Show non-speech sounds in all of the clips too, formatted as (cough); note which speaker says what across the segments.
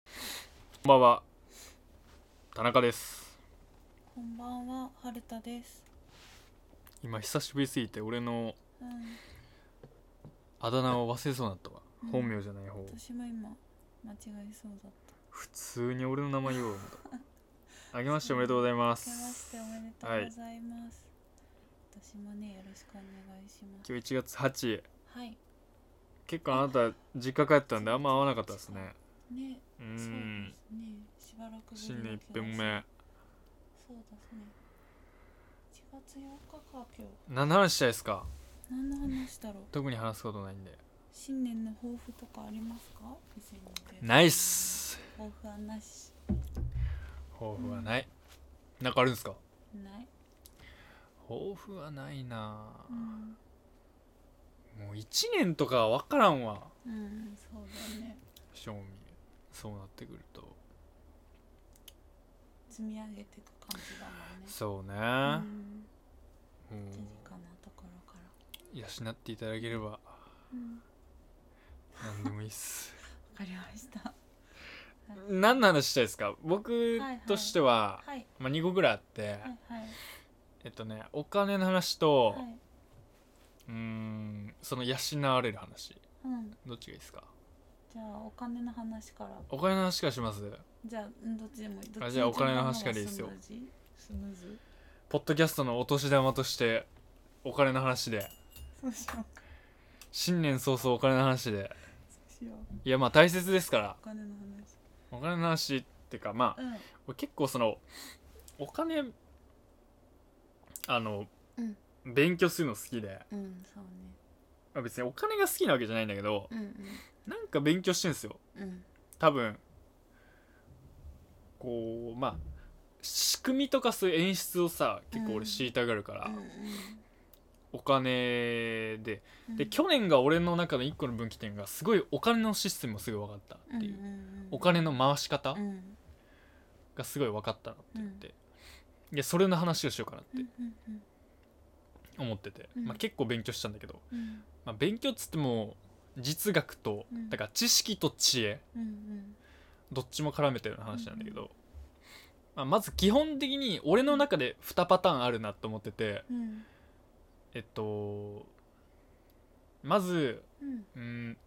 Speaker 1: こんばんは。田中です。
Speaker 2: こんばんは、はるたです。
Speaker 1: 今久しぶりすぎて俺の
Speaker 2: うん、
Speaker 1: あだ名を忘れそうになったわ
Speaker 2: うん。
Speaker 1: 本名じゃない方。
Speaker 2: 私も今間違えそうだった。
Speaker 1: 普通に俺の名前言おう思った。あげましておめでとうございま
Speaker 2: 明けまし
Speaker 1: す。
Speaker 2: ておめでとう
Speaker 1: はい
Speaker 2: ございます。私もね、よろしくお願いします。
Speaker 1: 今日1月8日。
Speaker 2: はい、
Speaker 1: 結構あなた実家帰ったんであんま会わなかったですね。
Speaker 2: ね、
Speaker 1: う
Speaker 2: そうです
Speaker 1: ん。
Speaker 2: ね、しばらくぶり
Speaker 1: 新年
Speaker 2: の
Speaker 1: 一遍
Speaker 2: 気が
Speaker 1: 目。
Speaker 2: するそうですね。1月8日か、今
Speaker 1: 何の話したいですか
Speaker 2: 日。何の話だろう。
Speaker 1: 特に話すことないんで。
Speaker 2: 新年の抱負とかありますか2020
Speaker 1: ナイス
Speaker 2: 抱負はなし。
Speaker 1: 抱負はない。なんかあるんですか
Speaker 2: ない。
Speaker 1: 抱負はないな
Speaker 2: う
Speaker 1: ぁ
Speaker 2: ん、
Speaker 1: もう1年とかわからんわ。
Speaker 2: うん、そうだね。
Speaker 1: 賞味そうなってくると
Speaker 2: 積み上げていく感じだもんね。
Speaker 1: そうね、
Speaker 2: うん
Speaker 1: うん
Speaker 2: 身近なところから、
Speaker 1: 養っていただければ
Speaker 2: うん、わ
Speaker 1: 何でもいいっす
Speaker 2: かりました
Speaker 1: 何の話したいですか僕
Speaker 2: はいはい
Speaker 1: としては、
Speaker 2: はい
Speaker 1: まあ、2個ぐらいあって、
Speaker 2: はいはい
Speaker 1: えっとねお金の話と、
Speaker 2: はいう
Speaker 1: ーんその養われる話
Speaker 2: うん
Speaker 1: どっちがいいですか
Speaker 2: じゃあお金の話から
Speaker 1: お金の話からします
Speaker 2: じゃあうんどっちでもいいどっち
Speaker 1: あ
Speaker 2: に
Speaker 1: じゃあお金の話からいいですよ
Speaker 2: スムージスムーズ
Speaker 1: ポッドキャストのお年玉としてお金の話で
Speaker 2: そうしようか
Speaker 1: 新年早々お金の話で
Speaker 2: そうしよう
Speaker 1: いやまあ大切ですから
Speaker 2: お金の話
Speaker 1: お金の話っていうかまあ
Speaker 2: うん
Speaker 1: 俺結構そのお金あの、
Speaker 2: うん
Speaker 1: 勉強するの好きで、
Speaker 2: うんそうね
Speaker 1: まあ、別にお金が好きなわけじゃないんだけど
Speaker 2: うん
Speaker 1: なんか勉強してるんですよ
Speaker 2: うんうん
Speaker 1: 多分こうまあ仕組みとかそういう演出をさ結構
Speaker 2: うん
Speaker 1: 俺知りたがるから、
Speaker 2: うん
Speaker 1: お金で
Speaker 2: うん
Speaker 1: で去年が俺の中の一個の分岐点がすごいお金のシステムもすごい分かったっていう、
Speaker 2: んんん
Speaker 1: お金の回し方
Speaker 2: うん
Speaker 1: がすごい分かったなって言って、
Speaker 2: う
Speaker 1: でそれの話をしようかなっ
Speaker 2: う
Speaker 1: て
Speaker 2: んうんうん
Speaker 1: 思ってて、
Speaker 2: うん
Speaker 1: まあ、結構勉強したんだけど、
Speaker 2: うん
Speaker 1: まあ、勉強っつっても実学と、
Speaker 2: うん
Speaker 1: だから知識と知恵
Speaker 2: うんうん
Speaker 1: どっちも絡めたような話なんだけど、まあ、まず基本的に俺の中で2パターンあるなと思ってて
Speaker 2: うん
Speaker 1: えっとまず
Speaker 2: うん
Speaker 1: うん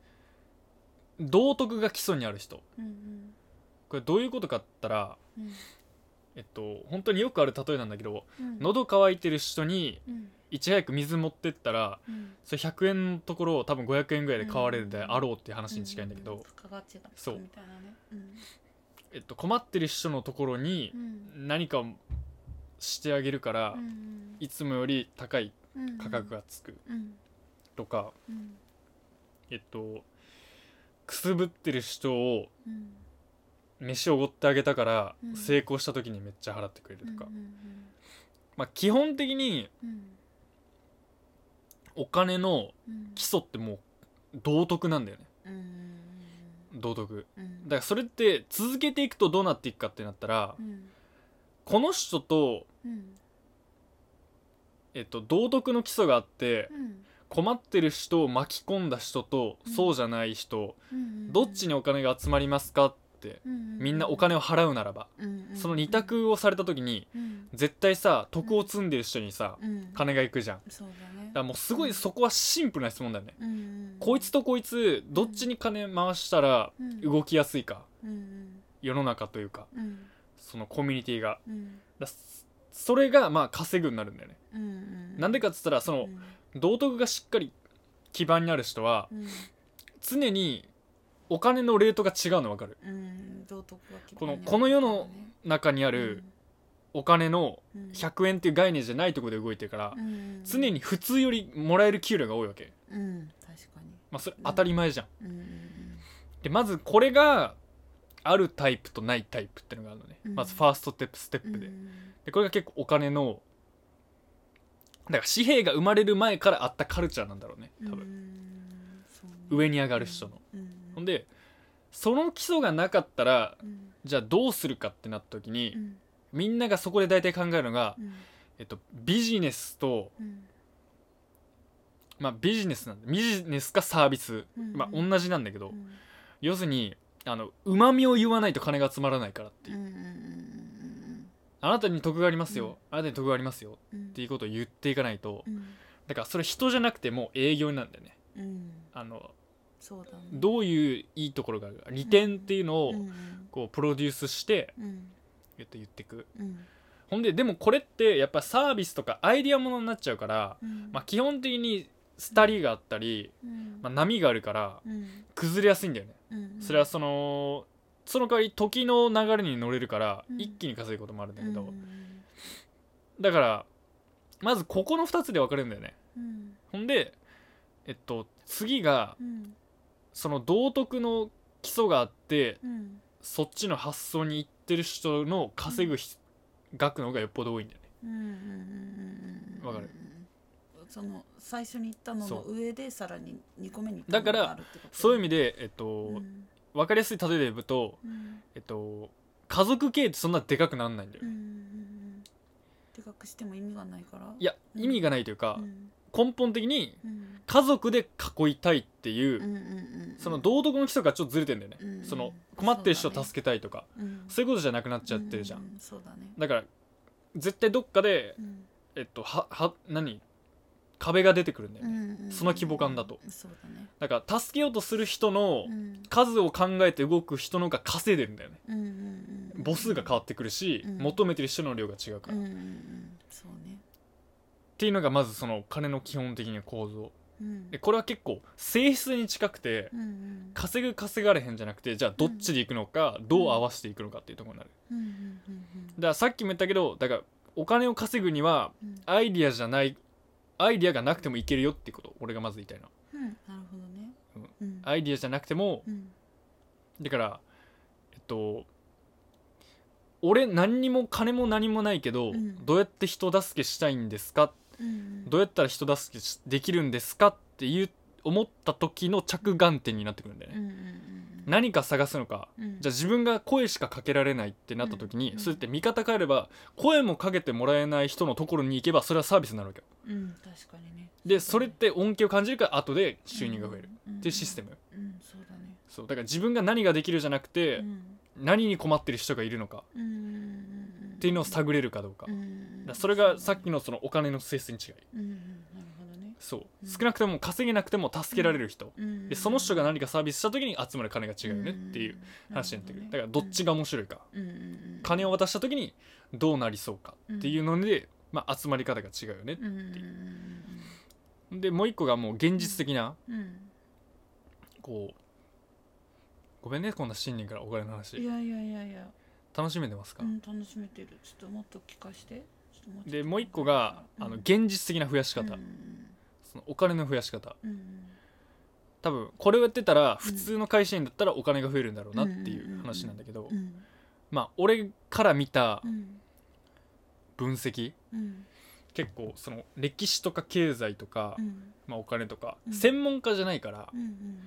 Speaker 1: 道徳が基礎にある人
Speaker 2: うん
Speaker 1: これどういうことかって言ったら
Speaker 2: うん
Speaker 1: えっと本当によくある例えなんだけど
Speaker 2: うん
Speaker 1: 喉乾いてる人に
Speaker 2: うん
Speaker 1: いち早く水持ってったら
Speaker 2: うん
Speaker 1: それ100円のところを多分500円ぐらいで買われるであろうっていう話に近いんだけど、
Speaker 2: うう付加価値がつ
Speaker 1: そう
Speaker 2: くみたいなねうん
Speaker 1: えっと、困ってる人のところに
Speaker 2: うん
Speaker 1: 何かをしてあげるから、
Speaker 2: うん
Speaker 1: いつもより高い
Speaker 2: うん
Speaker 1: 価格がつく
Speaker 2: うん
Speaker 1: とか、
Speaker 2: うん
Speaker 1: えっとくすぶってる人を
Speaker 2: うん
Speaker 1: 飯をおごってあげたから、
Speaker 2: うん
Speaker 1: 成功した時にめっちゃ払ってくれるとか、
Speaker 2: うんうん
Speaker 1: まあ、基本的に
Speaker 2: うん
Speaker 1: お金の
Speaker 2: うん
Speaker 1: 基礎ってもう道徳なんだよね
Speaker 2: うん
Speaker 1: 道徳
Speaker 2: うんうん
Speaker 1: だからそれって続けていくとどうなっていくかってなったら、
Speaker 2: うん
Speaker 1: この人と、
Speaker 2: うん
Speaker 1: えっと、道徳の基礎があって、
Speaker 2: うん
Speaker 1: 困ってる人を巻き込んだ人と
Speaker 2: うん
Speaker 1: そうじゃない人、
Speaker 2: うん
Speaker 1: どっちにお金が集まりますかって
Speaker 2: うん
Speaker 1: みんなお金を払うならば、
Speaker 2: うんうん
Speaker 1: その二択をされた時に
Speaker 2: うん
Speaker 1: 絶対さ徳を積んでる人にさ、
Speaker 2: うん
Speaker 1: 金がいくじゃんだ
Speaker 2: そうだね
Speaker 1: からもうすごいそこはシンプルな質問だよね、
Speaker 2: うんうん
Speaker 1: こいつとこいつどっちに金回したら
Speaker 2: うん
Speaker 1: 動きやすいか
Speaker 2: うん
Speaker 1: 世の中というか
Speaker 2: うん
Speaker 1: そのコミュニティが
Speaker 2: うん
Speaker 1: だそれがまあ稼ぐになるんだよね、
Speaker 2: うんうん
Speaker 1: なんでかっつったらその道徳がしっかり基盤にある人は
Speaker 2: うん
Speaker 1: 常にお金のレートが違うの分かる
Speaker 2: うん道徳が基
Speaker 1: こ
Speaker 2: 本
Speaker 1: の
Speaker 2: にある
Speaker 1: この世の
Speaker 2: か
Speaker 1: 中
Speaker 2: らね
Speaker 1: にあるお金の
Speaker 2: うんうん
Speaker 1: 100円っていう概念じゃないところで動いてるから
Speaker 2: うんうん
Speaker 1: 常に普通よりもらえる給料が多いわけ、
Speaker 2: うん確かに
Speaker 1: まあ、それ当たり前じゃん
Speaker 2: うんうん
Speaker 1: でまずこれがあるタイプとないタイプっていうのがあるのね
Speaker 2: うん
Speaker 1: まずファーストステップステッ
Speaker 2: うん
Speaker 1: プ
Speaker 2: う
Speaker 1: で
Speaker 2: ん
Speaker 1: でこれが結構お金のだから紙幣が生まれる前からあったカルチャーなんだろうね多分
Speaker 2: 分
Speaker 1: 上
Speaker 2: に
Speaker 1: に上
Speaker 2: 上
Speaker 1: がる人のほん
Speaker 2: で
Speaker 1: でその基礎がなかったら
Speaker 2: うん
Speaker 1: じゃあどうするかってなった時に
Speaker 2: うん
Speaker 1: みんながそこで大体考えるのが
Speaker 2: うん
Speaker 1: えっと、ビジネスと、
Speaker 2: うん
Speaker 1: まあ、ビジネスなんでビジネスかサービス、
Speaker 2: うん
Speaker 1: まあ、同じなんだけど、
Speaker 2: うん
Speaker 1: 要するにあのうまみを言わないと金が集まらないからって
Speaker 2: う
Speaker 1: い
Speaker 2: ん
Speaker 1: う、
Speaker 2: うんうんうん
Speaker 1: あなたに得がありますよ、あなたに得がありますよ
Speaker 2: うんうん
Speaker 1: っていうことを言っていかないと、
Speaker 2: うん
Speaker 1: だからそれ人じゃなくてもう営業になるんだよね
Speaker 2: うん
Speaker 1: あの
Speaker 2: そうだね
Speaker 1: どういういいところがあるか利点っていうのを
Speaker 2: うん
Speaker 1: こうプロデュースして
Speaker 2: うん
Speaker 1: 言って言ってく
Speaker 2: うん
Speaker 1: ほんででもこれってやっぱサービスとかアイディアものになっちゃうから、
Speaker 2: うん
Speaker 1: まあ、基本的にスタリがあったり、
Speaker 2: うん
Speaker 1: まあ、波があるから
Speaker 2: うん
Speaker 1: 崩れやすいんだよね
Speaker 2: うん
Speaker 1: それはそのその代わり時の流れに乗れるから
Speaker 2: うん
Speaker 1: 一気に稼ぐこともあるんだけ
Speaker 2: う
Speaker 1: ど
Speaker 2: ん
Speaker 1: だからまずここの2つで分かれるんだよね
Speaker 2: うん
Speaker 1: ほんでえっと次が
Speaker 2: うん
Speaker 1: その道徳の基礎があって
Speaker 2: うん
Speaker 1: そっちの発想に行ってる人の稼ぐひ額の方がよっぽど多いんだよね
Speaker 2: うんうんうんうんうん
Speaker 1: わかる
Speaker 2: その最初に言ったの
Speaker 1: そ
Speaker 2: の
Speaker 1: う
Speaker 2: 上でさらに二個目に言ったのがあるってこと
Speaker 1: そういう意味
Speaker 2: で
Speaker 1: でえっと
Speaker 2: うん
Speaker 1: 分かりやすい例で言うと
Speaker 2: うん
Speaker 1: えっと家族経営ってそんなでかくなんないんだよ
Speaker 2: うんう
Speaker 1: ね
Speaker 2: んうんでかくしても意味がないから
Speaker 1: いや意味がないというか
Speaker 2: うん
Speaker 1: 根本的に
Speaker 2: うん
Speaker 1: 家族で囲いたいっていう
Speaker 2: うんうんうんうん
Speaker 1: その道徳の基礎がちょっとずれてんだよね、
Speaker 2: うん
Speaker 1: その困ってる人を助けたいとか
Speaker 2: うん
Speaker 1: そう,、いうことじゃなくなっちゃってるじゃん、
Speaker 2: ううそうだね
Speaker 1: だから絶対どっかで
Speaker 2: うん
Speaker 1: えっとはは何壁が出てくるんだよ
Speaker 2: う
Speaker 1: ね、
Speaker 2: んうんうん
Speaker 1: その規模感だと
Speaker 2: そうだね
Speaker 1: だから助けようとする人の
Speaker 2: うん
Speaker 1: 数を考えて動く人の方が稼いでるんだよね
Speaker 2: うんうんうん
Speaker 1: 母数が変わってくるし、
Speaker 2: うん
Speaker 1: 求めてる人の量が違うから、
Speaker 2: う
Speaker 1: っ
Speaker 2: んうんうんそうね
Speaker 1: ていうのがまずその金の基本的な構造
Speaker 2: うん
Speaker 1: でこれは結構性質に近くて
Speaker 2: うんうん
Speaker 1: 稼ぐ稼がれへんじゃなくてじゃあどっちでいくのか、どう合わせていくのかっていうところになる
Speaker 2: うんうんうん
Speaker 1: だからさっきも言ったけどだからお金を稼ぐには
Speaker 2: うんうん
Speaker 1: アイディアじゃないアイディアがなくてもいけるよっていうこと俺がまず言いたいの
Speaker 2: うんなるほどねうん
Speaker 1: アイディアじゃなくても
Speaker 2: うん
Speaker 1: だからえっと俺何にも金も何もないけど、
Speaker 2: うん
Speaker 1: どうやって人助けしたいんですか
Speaker 2: うんうん
Speaker 1: どうやったら人助けしできるんですかっていう思った時の着眼点になってくるんだよ
Speaker 2: う
Speaker 1: ね、
Speaker 2: んうんうん
Speaker 1: 何か探すのか
Speaker 2: うん
Speaker 1: じゃあ自分が声しかかけられないってなった時に、
Speaker 2: うん
Speaker 1: それって味方変えれば声もかけてもらえない人のところに行けばそれはサービスになるわけよ
Speaker 2: うん確かにね
Speaker 1: でそれって恩恵を感じるから後で収入が増えるっていうシステム
Speaker 2: うんうんそうだね
Speaker 1: そうだから自分が何ができるじゃなくて、
Speaker 2: うん
Speaker 1: 何に困ってる人がいるのか
Speaker 2: うんうんうん
Speaker 1: っていうのを探れるかどうか,、
Speaker 2: うんうん
Speaker 1: それがさっきのそのお金の性質に違い
Speaker 2: うんうんなるほどね
Speaker 1: そう
Speaker 2: うん
Speaker 1: 少なくとも稼げなくても助けられる人、
Speaker 2: うん
Speaker 1: でその人が何かサービスした時に集まる金が違うよねっていう話になってくる、だからどっち
Speaker 2: が
Speaker 1: が面白いか、金
Speaker 2: を
Speaker 1: を渡した時にどうなりそうかっていうので、まあ、集まり方が違うよね、でもう一個がもう現実的なこうごめんねこんな新年からお金の
Speaker 2: い
Speaker 1: 話
Speaker 2: やいやいやいや
Speaker 1: 楽しめてますか、
Speaker 2: うん楽しめてるちょっともっと聞かしてちょっとちょっと
Speaker 1: でもう一個が、
Speaker 2: うん
Speaker 1: あの現実的な増やし方、
Speaker 2: うん
Speaker 1: そのお金の増やし方
Speaker 2: うんうん
Speaker 1: 多分これをやってたら普通の会社員だったらお金が増えるんだろうなってい
Speaker 2: んうんうんう
Speaker 1: うん話なんだけど、
Speaker 2: うん
Speaker 1: まあ俺から見た
Speaker 2: うん
Speaker 1: 分析
Speaker 2: うん
Speaker 1: 結構その歴史とか経済とか、
Speaker 2: うん
Speaker 1: まあ、お金とか、
Speaker 2: うん
Speaker 1: 専門家じゃないから、
Speaker 2: うんうん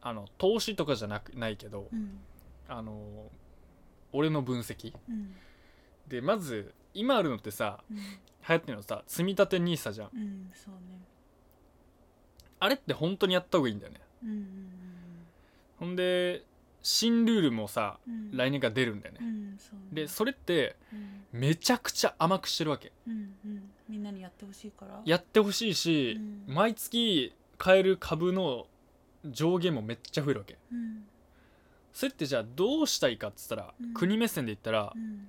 Speaker 1: あの投資とかじゃなくないけど、
Speaker 2: うん
Speaker 1: あの俺の分析
Speaker 2: うん
Speaker 1: でまず今あるのってさ流行ってるのさ積み立て NISA じゃん
Speaker 2: うんうんそうね
Speaker 1: あれって本当にやった方がいいんだよね
Speaker 2: うん
Speaker 1: ほんで新ルールもさ
Speaker 2: うんうん
Speaker 1: 来年から出るんだよ
Speaker 2: う
Speaker 1: ね、
Speaker 2: んそうね
Speaker 1: でそれって
Speaker 2: うん
Speaker 1: めちゃくちゃ甘くしてるわけ
Speaker 2: うんうんみんなにやってほしいから
Speaker 1: やってほしいし
Speaker 2: う、ん
Speaker 1: 毎月買える株の上限もめっちゃ増えるわけ
Speaker 2: うん
Speaker 1: それってじゃあどうしたいかっつったら、
Speaker 2: うん
Speaker 1: 国目線で言ったら
Speaker 2: う、ん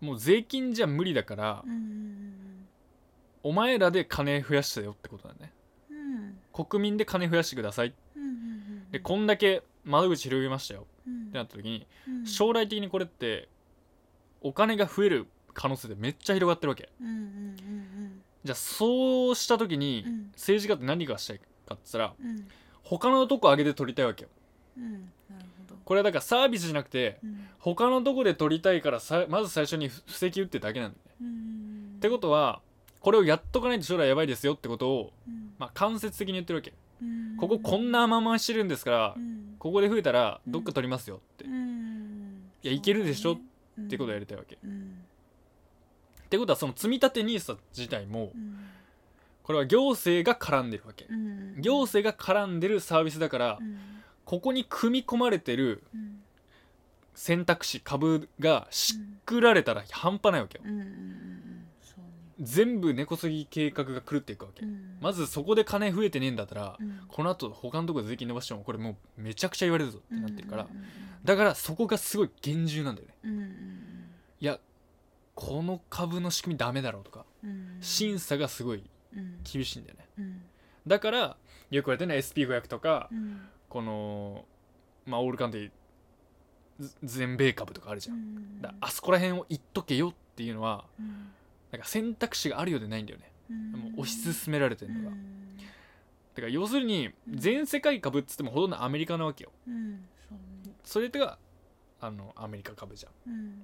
Speaker 1: もう税金じゃ無理だから、
Speaker 2: うんうん
Speaker 1: お前らで金増やしたよってことだね
Speaker 2: うんうん
Speaker 1: 国民で金増やしてください
Speaker 2: うんうん
Speaker 1: でこんだけ窓口広げましたよってなった時に、
Speaker 2: うん
Speaker 1: 将来的にこれってお金が増える可能性でめっちゃ広がってるわけ
Speaker 2: うんうんうん
Speaker 1: じゃあそうした時に、
Speaker 2: うん
Speaker 1: 政治家って何がしたいかっつったら
Speaker 2: うんうん
Speaker 1: 他のとこ上げて取りたいわけよ
Speaker 2: うんなるほど
Speaker 1: これはだからサービスじゃなくて
Speaker 2: うん
Speaker 1: 他のとこで取りたいからさまず最初に布石打ってだけなんだよね、
Speaker 2: うん
Speaker 1: ってことはこれをやっとかないと将来やばいですよってことを、
Speaker 2: うん
Speaker 1: まあ、間接的に言ってるわけ
Speaker 2: うん
Speaker 1: こここんな甘々してるんですから、
Speaker 2: うん
Speaker 1: ここで増えたらどっか取りますよって、っ
Speaker 2: うん
Speaker 1: いやいけるでしょ
Speaker 2: そうだね
Speaker 1: てことをやりたいわけ、
Speaker 2: うん
Speaker 1: ってことはその積み立て NISA 自体も
Speaker 2: うん
Speaker 1: これは行政が絡んでるわけ、
Speaker 2: うん
Speaker 1: 行政が絡んでるサービスだから、
Speaker 2: うん
Speaker 1: ここに組み込まれてる
Speaker 2: うん
Speaker 1: 選択肢株がしくられたら半端ないわけよ
Speaker 2: うんうんうんうんそうね
Speaker 1: 全部根こそぎ計画が狂っていくわけ、
Speaker 2: うん
Speaker 1: まずそこで金増えてねえんだったら、
Speaker 2: うん
Speaker 1: この後他のとこで税金伸ばしてもこれもうめちゃくちゃ言われるぞってなってるから、
Speaker 2: うんうん
Speaker 1: だからそこがすごい厳重なんだよね
Speaker 2: うん
Speaker 1: いやこの株の仕組みダメだろうとか
Speaker 2: うんうんうん
Speaker 1: 審査がすごい
Speaker 2: うん
Speaker 1: 厳しいんだよね
Speaker 2: うん
Speaker 1: だからよく言われてるのは SP500 とか、
Speaker 2: うん
Speaker 1: このまあオールカントリーず全米株とかあるじゃん、だからあそこら辺を言っとけよっていうのは
Speaker 2: うん
Speaker 1: なんか選択肢があるようでないんだよね、
Speaker 2: うん
Speaker 1: もう推し進められてるのが、
Speaker 2: うん
Speaker 1: だから要するに全世界株っつってもほとんどアメリカなわけよ
Speaker 2: うんそうね
Speaker 1: それがあのアメリカ株じゃん
Speaker 2: うん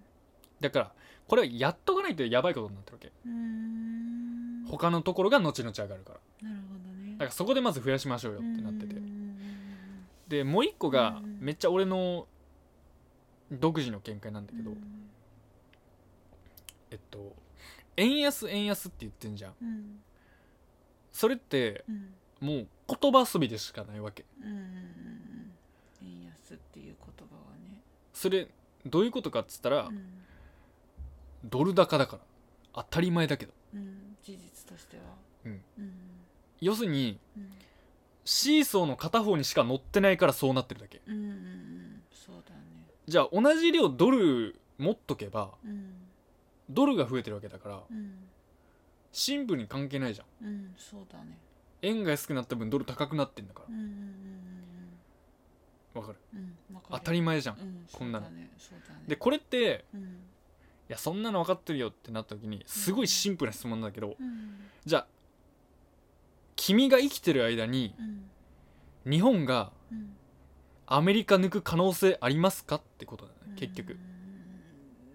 Speaker 1: だからこれはやっとかないとやばいことになってるわけ
Speaker 2: うーんなる
Speaker 1: 他のところが後々上がるから
Speaker 2: ほどね
Speaker 1: だからそこでまず増やしましょうよってなってて
Speaker 2: うん
Speaker 1: でもう一個が
Speaker 2: うん
Speaker 1: めっちゃ俺の独自の見解なんだけど、
Speaker 2: うん
Speaker 1: えっと円安円安って言ってんじゃん
Speaker 2: うん
Speaker 1: それって
Speaker 2: うん
Speaker 1: もう言葉遊びでしかないわけ
Speaker 2: うんうんうん円安っていう言葉はね
Speaker 1: それどういうことかっつったら、
Speaker 2: うん
Speaker 1: ドル高だから当たり前だけど
Speaker 2: うん事実としては
Speaker 1: うん
Speaker 2: うん
Speaker 1: 要するに
Speaker 2: うん
Speaker 1: シーソーの片方にしか乗ってないからそうなってるだけ
Speaker 2: うんうんうんそうだね
Speaker 1: じゃあ同じ量ドル持っとけば
Speaker 2: うん
Speaker 1: ドルが増えてるわけだから
Speaker 2: うん
Speaker 1: シンプルに関係ないじゃん
Speaker 2: うんそうだね
Speaker 1: 円が安くなった分ドル高くなってんだか
Speaker 2: うんうん
Speaker 1: らわかる
Speaker 2: うんうんうんうんわか
Speaker 1: 当
Speaker 2: る
Speaker 1: たり前じゃん
Speaker 2: うん
Speaker 1: こんなの
Speaker 2: そうだねそうだね
Speaker 1: でこれって
Speaker 2: うん
Speaker 1: いやそんなの分かってるよってなった時にすごいシンプルな質問なんだけど
Speaker 2: うん
Speaker 1: じゃあ君が生きてる間に
Speaker 2: うん
Speaker 1: 日本が
Speaker 2: うん
Speaker 1: アメリカ抜く可能性ありますかってことだよね結局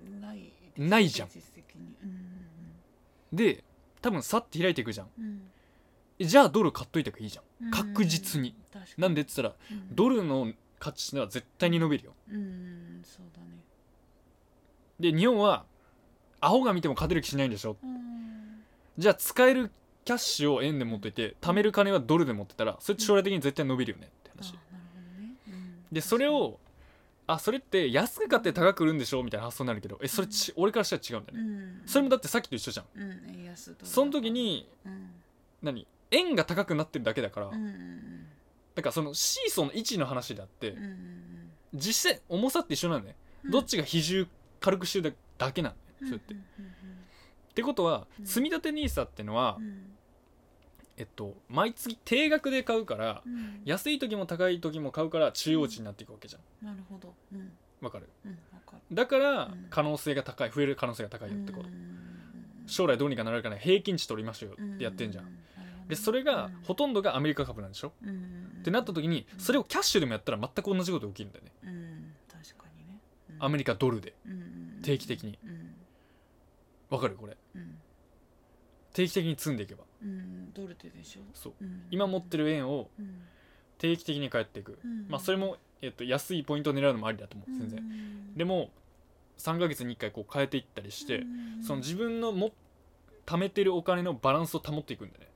Speaker 2: うんない
Speaker 1: ないじゃん
Speaker 2: 現実的にうん
Speaker 1: で多分さって開いていくじゃん
Speaker 2: うん
Speaker 1: えじゃあドル買っといた方がいいじゃん
Speaker 2: うん
Speaker 1: 確実に
Speaker 2: 確かに
Speaker 1: なんでっつったら
Speaker 2: うん
Speaker 1: ドルの価値は絶対に伸びるよ
Speaker 2: うんそうだね
Speaker 1: で日本はアホが見ても勝てる気しないんでしょ
Speaker 2: うん
Speaker 1: じゃあ使えるキャッシュを円で持ってて貯める金はドルで持ってたらそれって将来的に絶対伸びるよねって
Speaker 2: あな
Speaker 1: 話
Speaker 2: るほどねうん
Speaker 1: でそれをあそれって安く買って高く売るんでしょみたいな発想になるけどえそれち俺からしたら違うんだよ
Speaker 2: う
Speaker 1: ね
Speaker 2: ん
Speaker 1: それもだってさっきと一緒じゃん
Speaker 2: うん円安ドル高
Speaker 1: その時に
Speaker 2: うん
Speaker 1: 何円が高くなってるだけだから、
Speaker 2: うんうん
Speaker 1: だからそのシーソーの位置の話であって、
Speaker 2: うんうんうん
Speaker 1: 実際重さって一緒なんだね、
Speaker 2: うん
Speaker 1: どっちが比重軽くしてるだけなんだね、
Speaker 2: うん
Speaker 1: そうやって、
Speaker 2: うん
Speaker 1: っ、てことは、
Speaker 2: うん
Speaker 1: 積み立て NISA ってのは、
Speaker 2: うんうん
Speaker 1: えっと毎月定額で買うから、
Speaker 2: うん
Speaker 1: 安い時も高い時も買うから中央値になっていくわけじゃん
Speaker 2: なるほどうん
Speaker 1: わかる
Speaker 2: うんわかる
Speaker 1: だから、
Speaker 2: うん
Speaker 1: 可能性が高い増える可能性が高いよってこと、将来どうにかなるから平均値取りましょうよってやってんじゃん、でそれがほ
Speaker 2: っ
Speaker 1: とんどがアメリカ株なんでしょ、ってなった時に
Speaker 2: うん
Speaker 1: それをキャッシュでもやったら全く同じことが起きるんだよね、
Speaker 2: うん確かにね
Speaker 1: アメリカドルで
Speaker 2: リ
Speaker 1: 定期的に
Speaker 2: うん
Speaker 1: わかるこれ
Speaker 2: うん
Speaker 1: 定期的に積んでいけば
Speaker 2: うんドルででしょ
Speaker 1: そう
Speaker 2: うん
Speaker 1: 今持ってる円を
Speaker 2: うん
Speaker 1: 定期的に返っていく、
Speaker 2: うん
Speaker 1: まあそれも、えっと、安いポイントを狙うのもありだと思う全然、
Speaker 2: 然
Speaker 1: でも3ヶ月に1回こう変えていったりして、その自分のも貯めてるお金のバランスを保っていくんだよね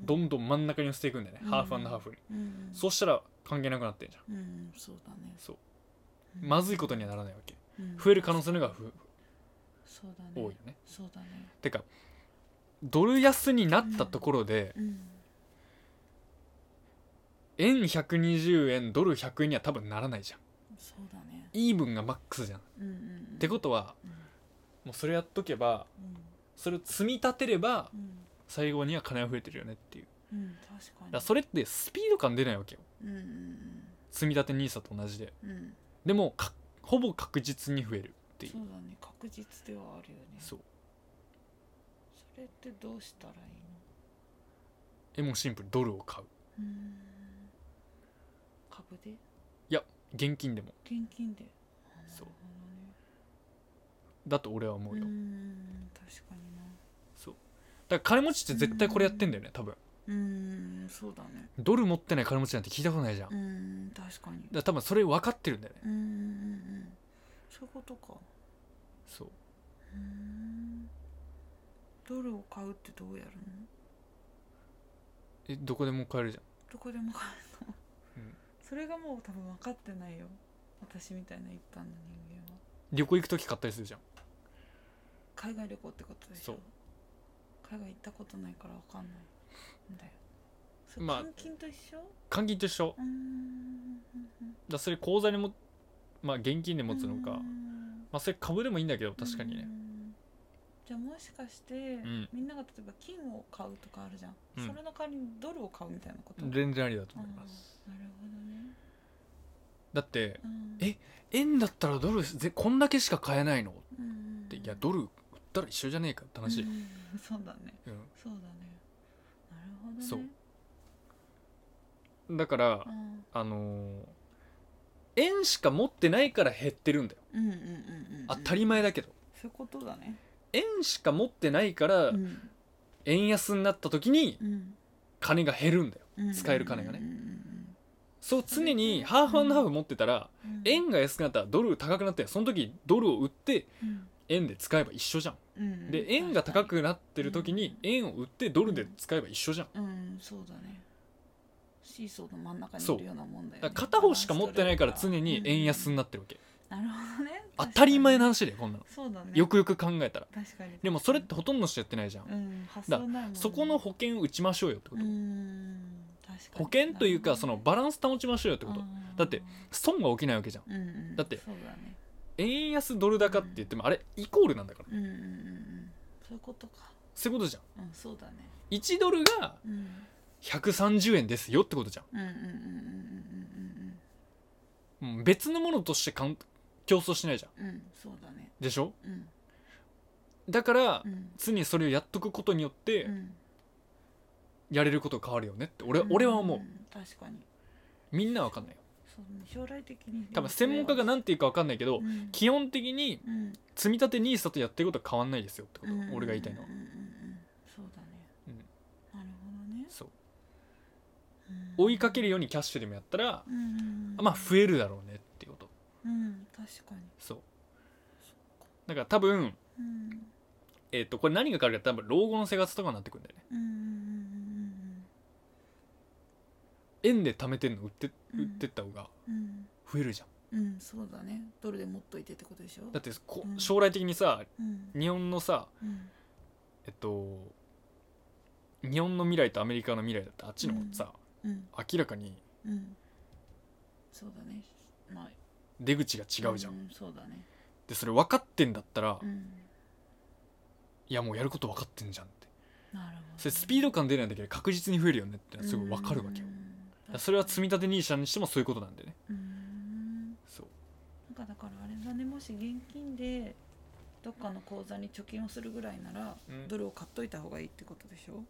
Speaker 1: どんどん真ん中に寄せていくんだよね、
Speaker 2: うん
Speaker 1: ハーフハーフに
Speaker 2: うん
Speaker 1: そうしたら関係なくなってんじゃん
Speaker 2: うんそうだね
Speaker 1: そう
Speaker 2: うん
Speaker 1: まずいことにはならないわけ
Speaker 2: うん
Speaker 1: 増える可能性の方がふ
Speaker 2: そうだね
Speaker 1: 多いよね
Speaker 2: そうだね
Speaker 1: てかドル安になったところで、
Speaker 2: うん
Speaker 1: 円120円ドル100円には多分ならないじゃん
Speaker 2: そうだね
Speaker 1: イーブンがマックスじゃん、
Speaker 2: うんうんうん
Speaker 1: ってことは
Speaker 2: うん
Speaker 1: もうそれやっとけばそれを積み立てれば
Speaker 2: うん
Speaker 1: 最後には金が増えてるよねっていう
Speaker 2: うんうん確か
Speaker 1: だ
Speaker 2: に
Speaker 1: からそれってスピード感出ないわけよ
Speaker 2: うんうん
Speaker 1: 積み立て NISA と同じで
Speaker 2: うんうん
Speaker 1: でもかほぼ確実に増えるっていう
Speaker 2: そうだね確実ではあるよね
Speaker 1: そう
Speaker 2: それってどうしたらいい
Speaker 1: えもうシンプルドルを買う
Speaker 2: のうん株で
Speaker 1: 現金でも
Speaker 2: 現金で
Speaker 1: そう
Speaker 2: なる
Speaker 1: だと俺は思
Speaker 2: ほど
Speaker 1: うよ、
Speaker 2: ねうん確かにな
Speaker 1: そうだから金持ちって絶対これやってんだよね多分
Speaker 2: うんそうだね
Speaker 1: ドル持ってない金持ちなんて聞いたことないじゃん、
Speaker 2: う
Speaker 1: だか
Speaker 2: ん確かに
Speaker 1: ら多分それ分かってるんだよね
Speaker 2: うんうんうんそういうことか
Speaker 1: そう
Speaker 2: うんドルを買うってどうやるの
Speaker 1: えどこでも買えるじゃん
Speaker 2: どこでも買えるの、
Speaker 1: うん
Speaker 2: それがもう多分分かってないよ私みたいな一般の人間は
Speaker 1: 旅行行く時買ったりするじゃん
Speaker 2: 海外旅行ってことでし
Speaker 1: そ
Speaker 2: ょ
Speaker 1: う
Speaker 2: 海外行ったことないから分かんないんだよそれ
Speaker 1: まあ
Speaker 2: 監禁と一緒、
Speaker 1: 換金と一緒
Speaker 2: うーん
Speaker 1: だそれ口座にもまあ現金で持つのか
Speaker 2: うー
Speaker 1: ま
Speaker 2: ん
Speaker 1: あそれ株でもいいんだけど確かにね
Speaker 2: うんじゃあもしかして、
Speaker 1: ん
Speaker 2: みんなが例えば金を買うとかあるじゃん、
Speaker 1: うん
Speaker 2: それの代わりにドルを買うみたいなことなる
Speaker 1: 全然ありだと思います
Speaker 2: ほどね、
Speaker 1: だって
Speaker 2: うん、
Speaker 1: え円だったらドルぜこんだけしか買えないのっ
Speaker 2: うん
Speaker 1: ていやドル売ったら一緒じゃねえかって話
Speaker 2: うんそうだね
Speaker 1: う
Speaker 2: そうだねなるほどね
Speaker 1: そうんだから
Speaker 2: うん
Speaker 1: あのー円しか持ってないから減ってるんだよ
Speaker 2: うんうんうんうん
Speaker 1: 当たり前だけど
Speaker 2: そういうことだね
Speaker 1: 円しか持ってないから
Speaker 2: うん
Speaker 1: 円安になった時に
Speaker 2: うん
Speaker 1: 金が減るんだよ
Speaker 2: うん
Speaker 1: 使える金がね
Speaker 2: うんうん
Speaker 1: そう常にハーフハーフ持ってたら
Speaker 2: うんうん
Speaker 1: 円が安くなったらドル高くなってその時ドルを売って
Speaker 2: うん
Speaker 1: 円で使えば一緒じゃん
Speaker 2: うん
Speaker 1: で円が高くなってる時に円を売ってドルで使えば一緒じゃん
Speaker 2: うんそうだねシーソーの真ん中にいるようなもんだよ、
Speaker 1: だ
Speaker 2: ね、
Speaker 1: から片方しか持ってないから常に円安
Speaker 2: うん
Speaker 1: になってるわけ
Speaker 2: なるほどね
Speaker 1: 当たり前の
Speaker 2: ん
Speaker 1: 話だよこんなの
Speaker 2: そうだね
Speaker 1: よくよく考えたら
Speaker 2: 確かに
Speaker 1: でもそれってほとんどの人やってないじゃん
Speaker 2: うん発想ないもんね、
Speaker 1: そこの保険打ちましょうよってこ
Speaker 2: う
Speaker 1: と
Speaker 2: ん確か
Speaker 1: 保
Speaker 2: に
Speaker 1: 険というかその
Speaker 2: っ
Speaker 1: バランス保ちましょうよってことだって損が起きないわけじゃん
Speaker 2: うんうん、
Speaker 1: だって
Speaker 2: そうだね
Speaker 1: 円安ドル高って言ってもあれイコールなんだから
Speaker 2: うんうんうんうんそういうことか
Speaker 1: そういうことじゃん
Speaker 2: うんそうだね
Speaker 1: 1ドルが
Speaker 2: うん
Speaker 1: 130円ですよってことじゃん
Speaker 2: うんうんうんうんうん
Speaker 1: うん別のものとしてかん競争しないじゃん
Speaker 2: うんうんうんそうだね
Speaker 1: でしょ
Speaker 2: うん
Speaker 1: だから
Speaker 2: うん
Speaker 1: 常にそれをやっとくことによっ
Speaker 2: う
Speaker 1: て
Speaker 2: ん
Speaker 1: やれること変わるよねって俺,、俺は思
Speaker 2: ん
Speaker 1: うん
Speaker 2: 確かに
Speaker 1: みんなわかんないよ
Speaker 2: そうね将来的に
Speaker 1: 多分専門家が何て言うかわかんないけど
Speaker 2: うん
Speaker 1: 基本的に
Speaker 2: うん
Speaker 1: 積み立て NISA とやってることは変わんないですよってこと
Speaker 2: うん
Speaker 1: 俺が言いたいのは
Speaker 2: うんうんうんうんそうだね
Speaker 1: うん
Speaker 2: なるほどね
Speaker 1: そう
Speaker 2: うん
Speaker 1: 追いかけるようにキャッシュでもやったら
Speaker 2: うんうんうん
Speaker 1: まあ増えるだろうねっていうこと
Speaker 2: うん確かに
Speaker 1: そうだから多分
Speaker 2: うん
Speaker 1: えっ、とこれ何が変わるか多分老後の生活とかになってくるんだよね
Speaker 2: うんうんうん
Speaker 1: 円で貯めてんの売って
Speaker 2: うん
Speaker 1: 売ってった方が
Speaker 2: うんうん
Speaker 1: 増えるじゃん
Speaker 2: うんうんそうだねドルで持っといてってことでしょ
Speaker 1: だってこ
Speaker 2: うん
Speaker 1: 将来的にさ
Speaker 2: うん
Speaker 1: 日本のさ
Speaker 2: うん
Speaker 1: えっと日本の未来とアメリカの未来だってあっちの方がさ、
Speaker 2: うん
Speaker 1: 明らかに
Speaker 2: うんそうだねまあ
Speaker 1: 出口が違うじゃん、
Speaker 2: ん、そうだね
Speaker 1: でそれ分かってんだったら、
Speaker 2: う
Speaker 1: い
Speaker 2: ん
Speaker 1: やもうやること分かってんじゃんって
Speaker 2: なるほど
Speaker 1: それスピード感出ないんだけど確実に増えるよねってのはすごい分かるわけよ、
Speaker 2: うん
Speaker 1: だからそれは積み立て NISA にしてもそういうことなんだよね
Speaker 2: うん
Speaker 1: そう
Speaker 2: なんかだからあれだねもし現金でどっかの口座に貯金をするぐらいなら、
Speaker 1: うん
Speaker 2: ドルを買っといた方がいいってことでしょ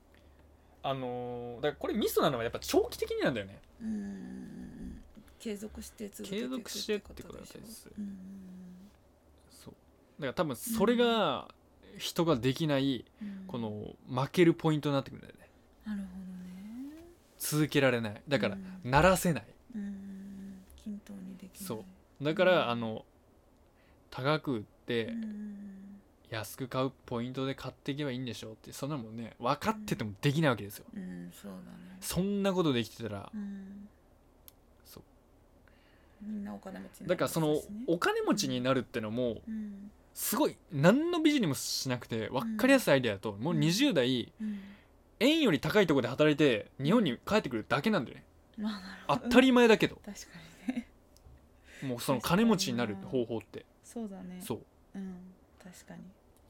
Speaker 1: あのーだからこれミソなのはやっぱ長期的になんだよね
Speaker 2: うん継続して続けてい
Speaker 1: 継
Speaker 2: く
Speaker 1: 続してってことだ
Speaker 2: で
Speaker 1: った
Speaker 2: し
Speaker 1: りす
Speaker 2: ょ
Speaker 1: る
Speaker 2: うん
Speaker 1: そうだから多分それが人ができない
Speaker 2: うん
Speaker 1: この負けるポイントになってくるんだよね
Speaker 2: なるほどね
Speaker 1: 続けられないだから
Speaker 2: うん
Speaker 1: ならせない
Speaker 2: うん均等にできない
Speaker 1: そうだから、
Speaker 2: うん
Speaker 1: あの高く売って
Speaker 2: うん
Speaker 1: 安く買うポイントで買っていけばいいんでしょうってそんなもんね分かっててもできないわけですよ
Speaker 2: うんそうだね
Speaker 1: そんなことできてたら
Speaker 2: うん
Speaker 1: そう
Speaker 2: みんなお金持ちに
Speaker 1: だ
Speaker 2: な
Speaker 1: か
Speaker 2: りま
Speaker 1: ら
Speaker 2: す
Speaker 1: その
Speaker 2: しね
Speaker 1: お金持ちになるってのも
Speaker 2: うん
Speaker 1: すごい何のビジネスもしなくて分かりやすいアイデアだともう20代
Speaker 2: うん
Speaker 1: 円より高いところで働いて日本に帰ってくるだけなんだよね
Speaker 2: まあなるほ
Speaker 1: 当
Speaker 2: どね
Speaker 1: たり前だけど
Speaker 2: 確かにね (laughs)
Speaker 1: もうその金持ちになる方法って
Speaker 2: そうだね
Speaker 1: そう
Speaker 2: うん確かに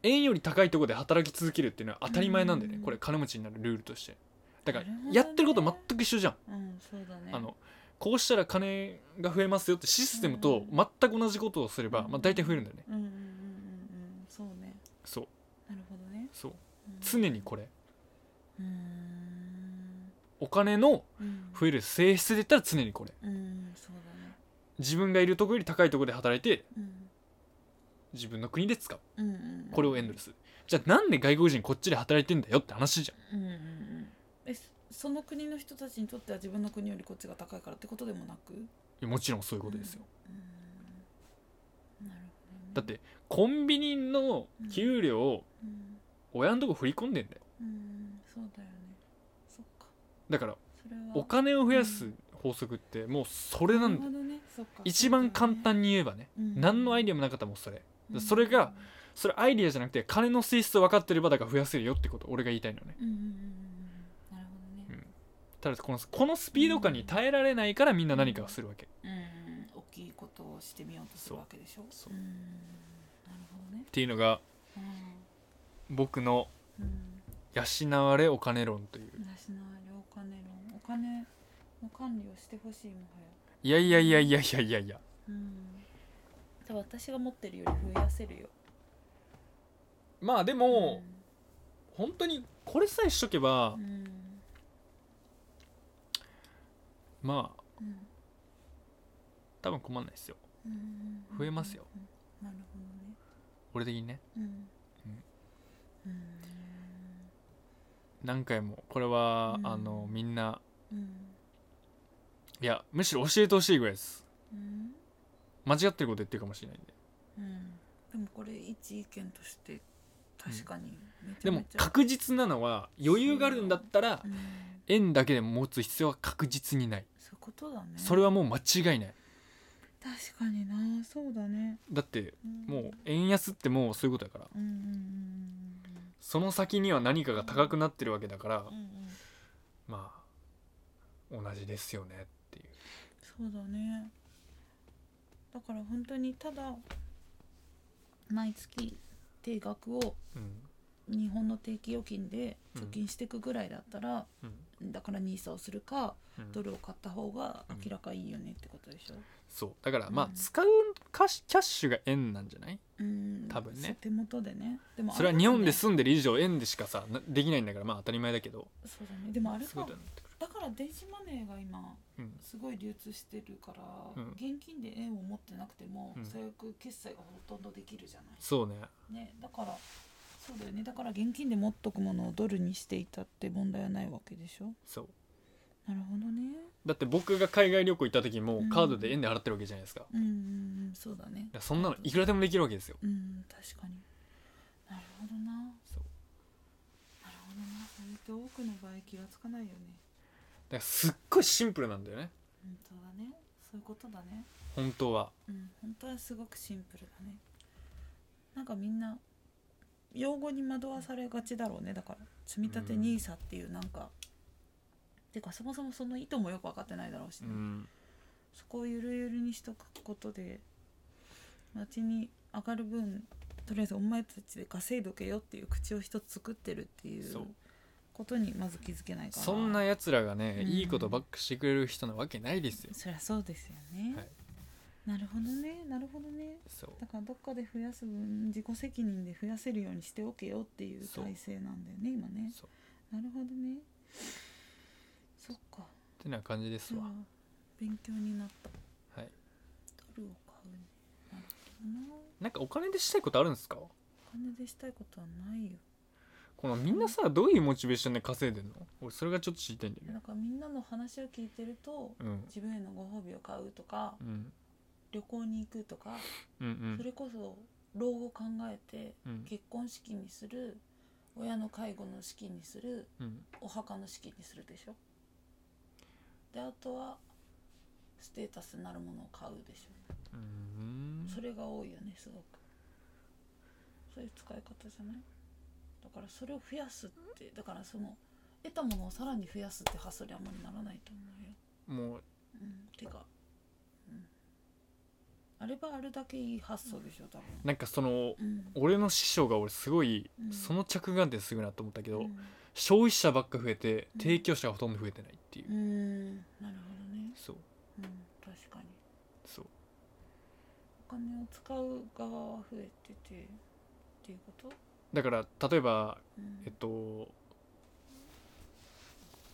Speaker 1: 円より高いところで働き続けるっていうのは当たり前なんだよね
Speaker 2: うん
Speaker 1: これ金持ちになるルールとしてだから
Speaker 2: なるほどね
Speaker 1: やってること全く一緒じゃん
Speaker 2: うんそうだね
Speaker 1: あのこうしたら金が増えますよってシステムと全く同じことをすれば、
Speaker 2: うん
Speaker 1: まあ、大体増えるんだよね
Speaker 2: うんうんうんうんうんそうね
Speaker 1: そう
Speaker 2: なるほどね
Speaker 1: そう
Speaker 2: うん
Speaker 1: 常にこれ
Speaker 2: うーん
Speaker 1: お金の
Speaker 2: うん
Speaker 1: 増える性質で言ったら常にこれ
Speaker 2: うんそうだね
Speaker 1: 自分がいるとこより高いところで働いて
Speaker 2: うん
Speaker 1: 自分の国で使う
Speaker 2: うんうんうん
Speaker 1: これをエンドレスじゃあなんで外国人こっちで働いてんだよって話じゃん
Speaker 2: うんうんうんえそその国の人たちにとっては自分の国よりこっちが高いからってことでもなくう
Speaker 1: いやもちろんそういうことですよ、
Speaker 2: ーんなるほどね
Speaker 1: だってコンビニの給料を
Speaker 2: うん
Speaker 1: 親のとこ振り込んでんだよ
Speaker 2: うんそうだよねそっか
Speaker 1: だから
Speaker 2: それは
Speaker 1: お金を増やす法則ってもうそれなんだ
Speaker 2: るほどねそっか
Speaker 1: 一番簡単に言えばね、
Speaker 2: うん
Speaker 1: 何のアイデアもなかったらもうそれ
Speaker 2: うん
Speaker 1: それがそれアイデアじゃなくて金の性質を分かってればだから増やせるよってこと俺が言いたいのね
Speaker 2: うんうんうんうんなるほどね
Speaker 1: ただこのこのスピード感に耐えられないからみんな何かをするわけっ
Speaker 2: うん大きいことをしてみようとするわけでしょ
Speaker 1: そううん
Speaker 2: なるほどね
Speaker 1: ていうのが
Speaker 2: う
Speaker 1: 僕の
Speaker 2: んうん
Speaker 1: 養われお金論という
Speaker 2: 私のあれお金のお金の管理をしてほしいもはや
Speaker 1: いやいやいやいやいやいやいや
Speaker 2: うん多分私が持ってるより増やせるよ
Speaker 1: まあでも、本当にこれさえしとけば
Speaker 2: うん、うん
Speaker 1: まあ
Speaker 2: うん
Speaker 1: 多分困んないですよ
Speaker 2: うん
Speaker 1: 増えますよ
Speaker 2: うんなるほどね
Speaker 1: 俺的にね
Speaker 2: うん
Speaker 1: うん
Speaker 2: うん
Speaker 1: 何回もこれは、
Speaker 2: うん
Speaker 1: あのみんな
Speaker 2: うん
Speaker 1: いやむしろ教えてほしいぐらいです
Speaker 2: うん
Speaker 1: 間違ってること言ってるかもしれないんで
Speaker 2: うんでもこれ一意見として確かにめち
Speaker 1: で
Speaker 2: ゃめ
Speaker 1: も
Speaker 2: ちゃ
Speaker 1: 確実なのは余裕があるんだったら
Speaker 2: うん
Speaker 1: 円だけでも持つ必要は確実にない
Speaker 2: そういうことだね
Speaker 1: それはもう間違いない
Speaker 2: 確かになそうだね
Speaker 1: だって
Speaker 2: ん
Speaker 1: もう円安ってもうそういうことだから
Speaker 2: うんうん
Speaker 1: その先には何かが高くなってるわけだから
Speaker 2: うんうんうんうん
Speaker 1: まあ同じですよねっていう
Speaker 2: そうだねだから本当にただ毎月定額を
Speaker 1: うん
Speaker 2: 日本の定期預金で貯金していくぐらいだったら、
Speaker 1: うん
Speaker 2: だから NISA をするか
Speaker 1: うん
Speaker 2: ドルを買った方が明らかいいよねってことでしょ、
Speaker 1: そうだからまあ
Speaker 2: うん
Speaker 1: 使うカッシュキャッシュが円なんじゃない
Speaker 2: うん、
Speaker 1: 多分ね
Speaker 2: そう手元でねでも
Speaker 1: それは日本で
Speaker 2: ね、
Speaker 1: 住んでる以上円でしかさなできないんだからまあ当たり前だけど
Speaker 2: そうだねでもあれ
Speaker 1: そう
Speaker 2: か
Speaker 1: だよねってくる
Speaker 2: だから電子マネーが今
Speaker 1: うん
Speaker 2: すごい流通してるから、
Speaker 1: うん
Speaker 2: 現金で円を持ってなくても
Speaker 1: うん
Speaker 2: 最悪決済がほとんどできるじゃない、
Speaker 1: そうね
Speaker 2: ねだからそうだよねだから現金で持っとくものをドルにしていたって問題はないわけでしょ
Speaker 1: そう
Speaker 2: なるほどね
Speaker 1: だって僕が海外旅行行った時
Speaker 2: う
Speaker 1: も
Speaker 2: ん
Speaker 1: カードで円で払ってるわけじゃないですか、
Speaker 2: うんうんうんそうだね
Speaker 1: いやそんなのいくらでもできるわけですよ
Speaker 2: うん確かになるほどな
Speaker 1: そう
Speaker 2: なるほどなそれって多くの場合気がつかないよね
Speaker 1: だからすっごいシンプルなんだよね
Speaker 2: 本当だねそういうことだね
Speaker 1: 本当は
Speaker 2: うん本当はすごくシンプルだねなんかみんな用語に惑わされがちだろうねだから積み立て
Speaker 1: うん
Speaker 2: NISA っていうなんか、てかそもそもその意図もよく分かってないだろうし、
Speaker 1: う
Speaker 2: ね
Speaker 1: ん
Speaker 2: そこをゆるゆるにしとくことで街に上がる分とりあえずお前たちで稼いどけよっていう口を一つ作ってるってい
Speaker 1: そう
Speaker 2: うことにまず気づけないから
Speaker 1: そんなやつらがね、
Speaker 2: うん
Speaker 1: いいことばっかしてくれる人なわけないですよ
Speaker 2: そりゃそうですよね、
Speaker 1: はい
Speaker 2: なるほどねなるほどね
Speaker 1: そう
Speaker 2: だからどっかで増やす分自己責任で増やせるようにしておけよっていう
Speaker 1: そう
Speaker 2: 体制なんだよね今ね
Speaker 1: そう
Speaker 2: なるほどねそっか
Speaker 1: ってな感じです
Speaker 2: じゃ
Speaker 1: わ
Speaker 2: あ、勉強になった
Speaker 1: はい
Speaker 2: ドルを買うねなるほどな
Speaker 1: なんかお金でしたいことあるんですか
Speaker 2: お金でしたいことはないよ
Speaker 1: このみんなさどういうモチベーションで稼いでんの俺それがちょっと知りたいんだよ
Speaker 2: な
Speaker 1: ね
Speaker 2: んかみんなの話を聞いてると
Speaker 1: うん
Speaker 2: 自分へのご褒美を買うとか
Speaker 1: うん
Speaker 2: 旅行に行くとか
Speaker 1: うんうん
Speaker 2: それこそ老後考えて
Speaker 1: うん
Speaker 2: 結婚式にする親の介護の式にする
Speaker 1: うん
Speaker 2: お墓の式にするでしょであとはステータスなるものを買うでしょ
Speaker 1: うん
Speaker 2: それが多いよねすごくそういう使い方じゃないだからそれを増やすってだからその得たものをさらに増やすって発想にあんまりならないと思うよ
Speaker 1: もう
Speaker 2: うんてか、うん、あればあるだけいい発想でしょ多分
Speaker 1: なんかその
Speaker 2: うん
Speaker 1: 俺の師匠が俺すごい、
Speaker 2: うん
Speaker 1: その着眼点すごいなと思ったけど、
Speaker 2: うん
Speaker 1: 消費者ばっか増えて
Speaker 2: うん
Speaker 1: 提供者がほとんど増えてないっていう、
Speaker 2: うんなるほどね
Speaker 1: そう
Speaker 2: うん確かに
Speaker 1: そう
Speaker 2: お金を使う側は増えててっていうこと、
Speaker 1: だから例えば
Speaker 2: うん
Speaker 1: えっと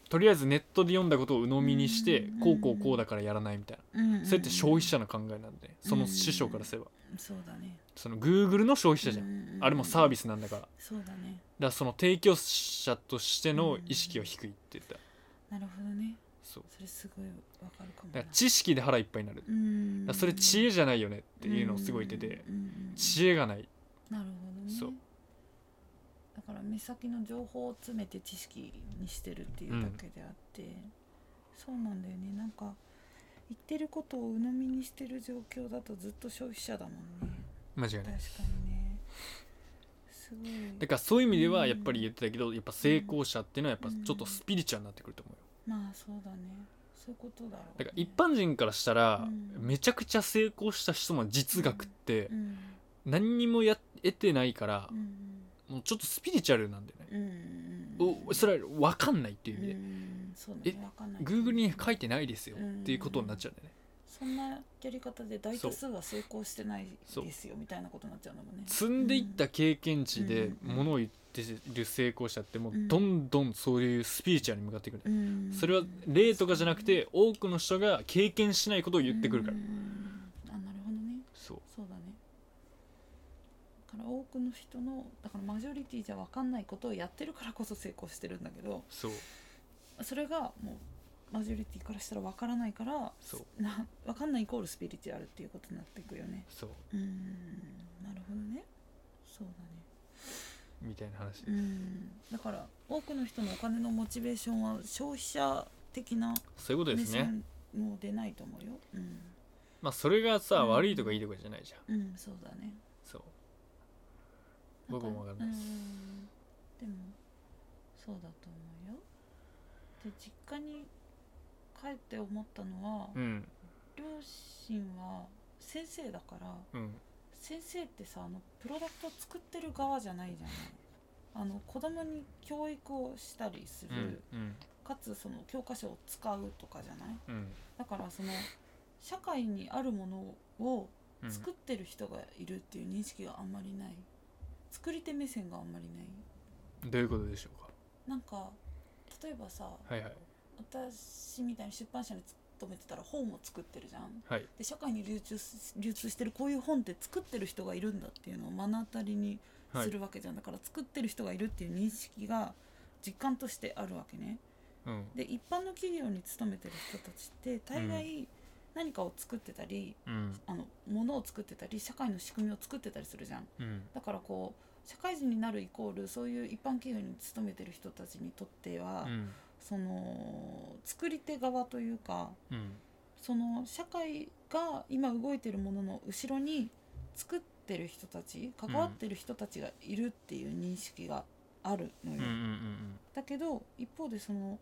Speaker 1: とりあえずネットで読んだことを鵜呑みにして
Speaker 2: うん
Speaker 1: こうこうこうだからやらないみたいなそれって消費者の考えなんでねその師匠からすれば
Speaker 2: そうだね
Speaker 1: その Google の消費者じゃんあれもサービ
Speaker 2: ス
Speaker 1: スなんだからだか
Speaker 2: そうだね
Speaker 1: らその提供者としての意識は低いって言った
Speaker 2: なるほどね
Speaker 1: そう
Speaker 2: それすごいわかるかも
Speaker 1: だ
Speaker 2: な
Speaker 1: から知識で腹いっぱいになるだか
Speaker 2: うん
Speaker 1: らそれ知恵じゃないよねっていうのをすごい言ってて
Speaker 2: うんうんうん
Speaker 1: 知恵がない
Speaker 2: なるほどね
Speaker 1: そう
Speaker 2: だから目先の情報を詰めて知識にしてるっていうだけであって、そうなんだよねなんか言ってることを鵜呑みにしてる状況だとずっと消費者だもんね
Speaker 1: 間違いな
Speaker 2: 確か
Speaker 1: い
Speaker 2: にねすごい
Speaker 1: だからそういう意味で
Speaker 2: う
Speaker 1: は
Speaker 2: ん
Speaker 1: やっぱり言ってたけどやっぱ成功者っていうのはやっ
Speaker 2: うん
Speaker 1: ぱちょっとスピリチュアルになってくると思うよ
Speaker 2: まあそうだねそういうことだろう、
Speaker 1: だ
Speaker 2: ね、
Speaker 1: から一般人からしたら
Speaker 2: うん
Speaker 1: めちゃくちゃ成功した人の実学って
Speaker 2: うん
Speaker 1: 何にもや得てないから
Speaker 2: うん
Speaker 1: もうちょっとスピリチュアルなんだよね
Speaker 2: うんうんうん
Speaker 1: おそれは分かんないっていう意味で
Speaker 2: うんそうだね
Speaker 1: え
Speaker 2: わかんない
Speaker 1: Google に書いてないですよっていうことになっちゃうんだよね
Speaker 2: そんなやり方で大多数は成功してないですよみたいなことになっちゃうんだもんね
Speaker 1: 積んでいった経験値で
Speaker 2: うん
Speaker 1: 物を言ってる成功者ってもううんどんどんそういうスピリチュアルに向かっていくる
Speaker 2: うん
Speaker 1: それは例とかじゃなくて多くの人が経験しないことを言ってくるから
Speaker 2: うんあなるほどね
Speaker 1: そう
Speaker 2: そうだねだから多くの人のだからマジョリティじゃ分かんないことをやってるからこそ成功してるんだけど
Speaker 1: そう
Speaker 2: それがもうマジョリティからしたら分からないから
Speaker 1: そう
Speaker 2: な分かんないイコールスピリチュアルっていうことになっていくよね
Speaker 1: そう
Speaker 2: うーんなるほどねそうだね
Speaker 1: みたいな話
Speaker 2: うーんだから多くの人のお金のモチベーションは消費者的な
Speaker 1: そういうことで
Speaker 2: 目
Speaker 1: すね
Speaker 2: 線も出ないと思うようん
Speaker 1: まあそれがさ
Speaker 2: うん
Speaker 1: 悪いとかいいとかじゃないじゃん
Speaker 2: うんそうだね
Speaker 1: そう僕も分かんないです
Speaker 2: うんでもそうだと思うよで実家に帰って思ったのは、
Speaker 1: うん
Speaker 2: 両親は先生だから
Speaker 1: うん
Speaker 2: 先生ってさあのプロダクトを作ってる側じゃないじゃないあの子供に教育をしたりする、
Speaker 1: うんうん
Speaker 2: かつその教科書を使うとかじゃない
Speaker 1: うん
Speaker 2: だからその社会にあるものを
Speaker 1: うん
Speaker 2: 作ってる人がいるっていう認識があんまりない作り手目線があんまりない
Speaker 1: どういうことでしょうか
Speaker 2: なんか例えばさ
Speaker 1: はいはい
Speaker 2: 私みたいに出版社に勤めてたら本を作ってるじゃん
Speaker 1: はい
Speaker 2: で社会に流通す流通してるこういう本って作ってる人がいるんだっていうのを目の当たりに
Speaker 1: は
Speaker 2: す
Speaker 1: い
Speaker 2: るわけじゃん、だから作ってる人がいるっていう認識が実感としてあるわけね
Speaker 1: うん
Speaker 2: で一般の企業に勤めてる人たちって大概何かを作ってたり、
Speaker 1: うん
Speaker 2: あの物を作ってたり社会の仕組みを作ってたりするじゃん
Speaker 1: うん
Speaker 2: だからこう社会人になるイコールそういう一般企業に勤めてる人たちにとっては、
Speaker 1: うん
Speaker 2: その作り手側というか
Speaker 1: うん
Speaker 2: その社会が今動いてるものの後ろに作ってる人たち関わってる人たちがいるっていう認識があるのよ、
Speaker 1: うんうんうん
Speaker 2: だけど一方でその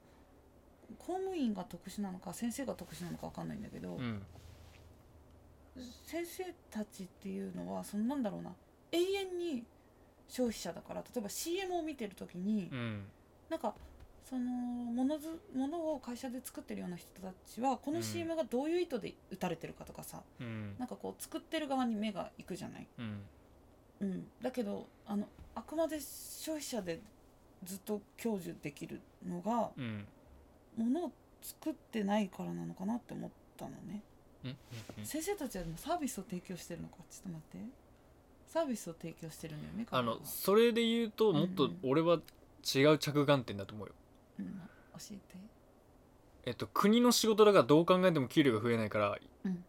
Speaker 2: 公務員が特殊なのか先生が特殊なのか分かんないんだけど、
Speaker 1: うんうん
Speaker 2: 先生たちっていうのはそのなんだろうな永遠に消費者だから例えば CM を見てる時に、
Speaker 1: うん
Speaker 2: なんかそのものずものを会社で作ってるような人たちは
Speaker 1: う
Speaker 2: この
Speaker 1: ん
Speaker 2: CM がどういう意図で打たれてるかとかさ、
Speaker 1: うん
Speaker 2: なんかこう作ってる側に目が行くじゃない、
Speaker 1: うん
Speaker 2: うん、だけどあのあくまで消費者でずっと享受できるのが
Speaker 1: うん
Speaker 2: ものを作ってないからなのかなって思ったのね
Speaker 1: うんうん
Speaker 2: 先生たちはでもサービスを提供してるのかちょっと待ってサービスを提供してるんだよね
Speaker 1: あの
Speaker 2: 彼らは
Speaker 1: それで言うともっ
Speaker 2: う
Speaker 1: と
Speaker 2: んうん
Speaker 1: 俺は違う着眼点だと思うよ
Speaker 2: うん、教えて
Speaker 1: えっと国の仕事だからどう考えても給料が増えないから
Speaker 2: うん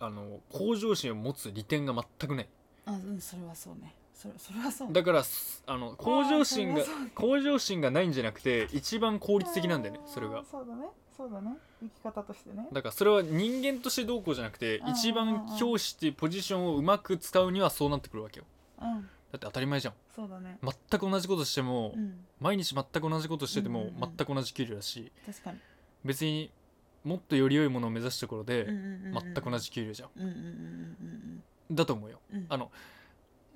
Speaker 1: あの向上心を持つ利点が全くない
Speaker 2: あうんそれはそうねそれそれはそうね
Speaker 1: だからすあの向上心
Speaker 2: あ
Speaker 1: が
Speaker 2: ーそれはそうね
Speaker 1: 向上心がないんじゃなくて一番効率的なんだよねそれが
Speaker 2: そうだねそうだね生き方としてね
Speaker 1: だからそれは人間としてどうこうじゃなくて
Speaker 2: うんうんうん
Speaker 1: 一番教師っていうポジションをうまく使うにはそうなってくるわけよ
Speaker 2: うん
Speaker 1: だって当たり前じゃん
Speaker 2: そうだね
Speaker 1: 全く同じことしても
Speaker 2: うん
Speaker 1: 毎日全く同じことしてて
Speaker 2: うん
Speaker 1: も
Speaker 2: うんうん
Speaker 1: 全く同じ給料だし
Speaker 2: 確かに
Speaker 1: 別にもっとより良いものを目指すところで全
Speaker 2: 全
Speaker 1: く同じ給料じゃん
Speaker 2: うんうんうん
Speaker 1: だと思うよ
Speaker 2: うんうんうんうん
Speaker 1: あの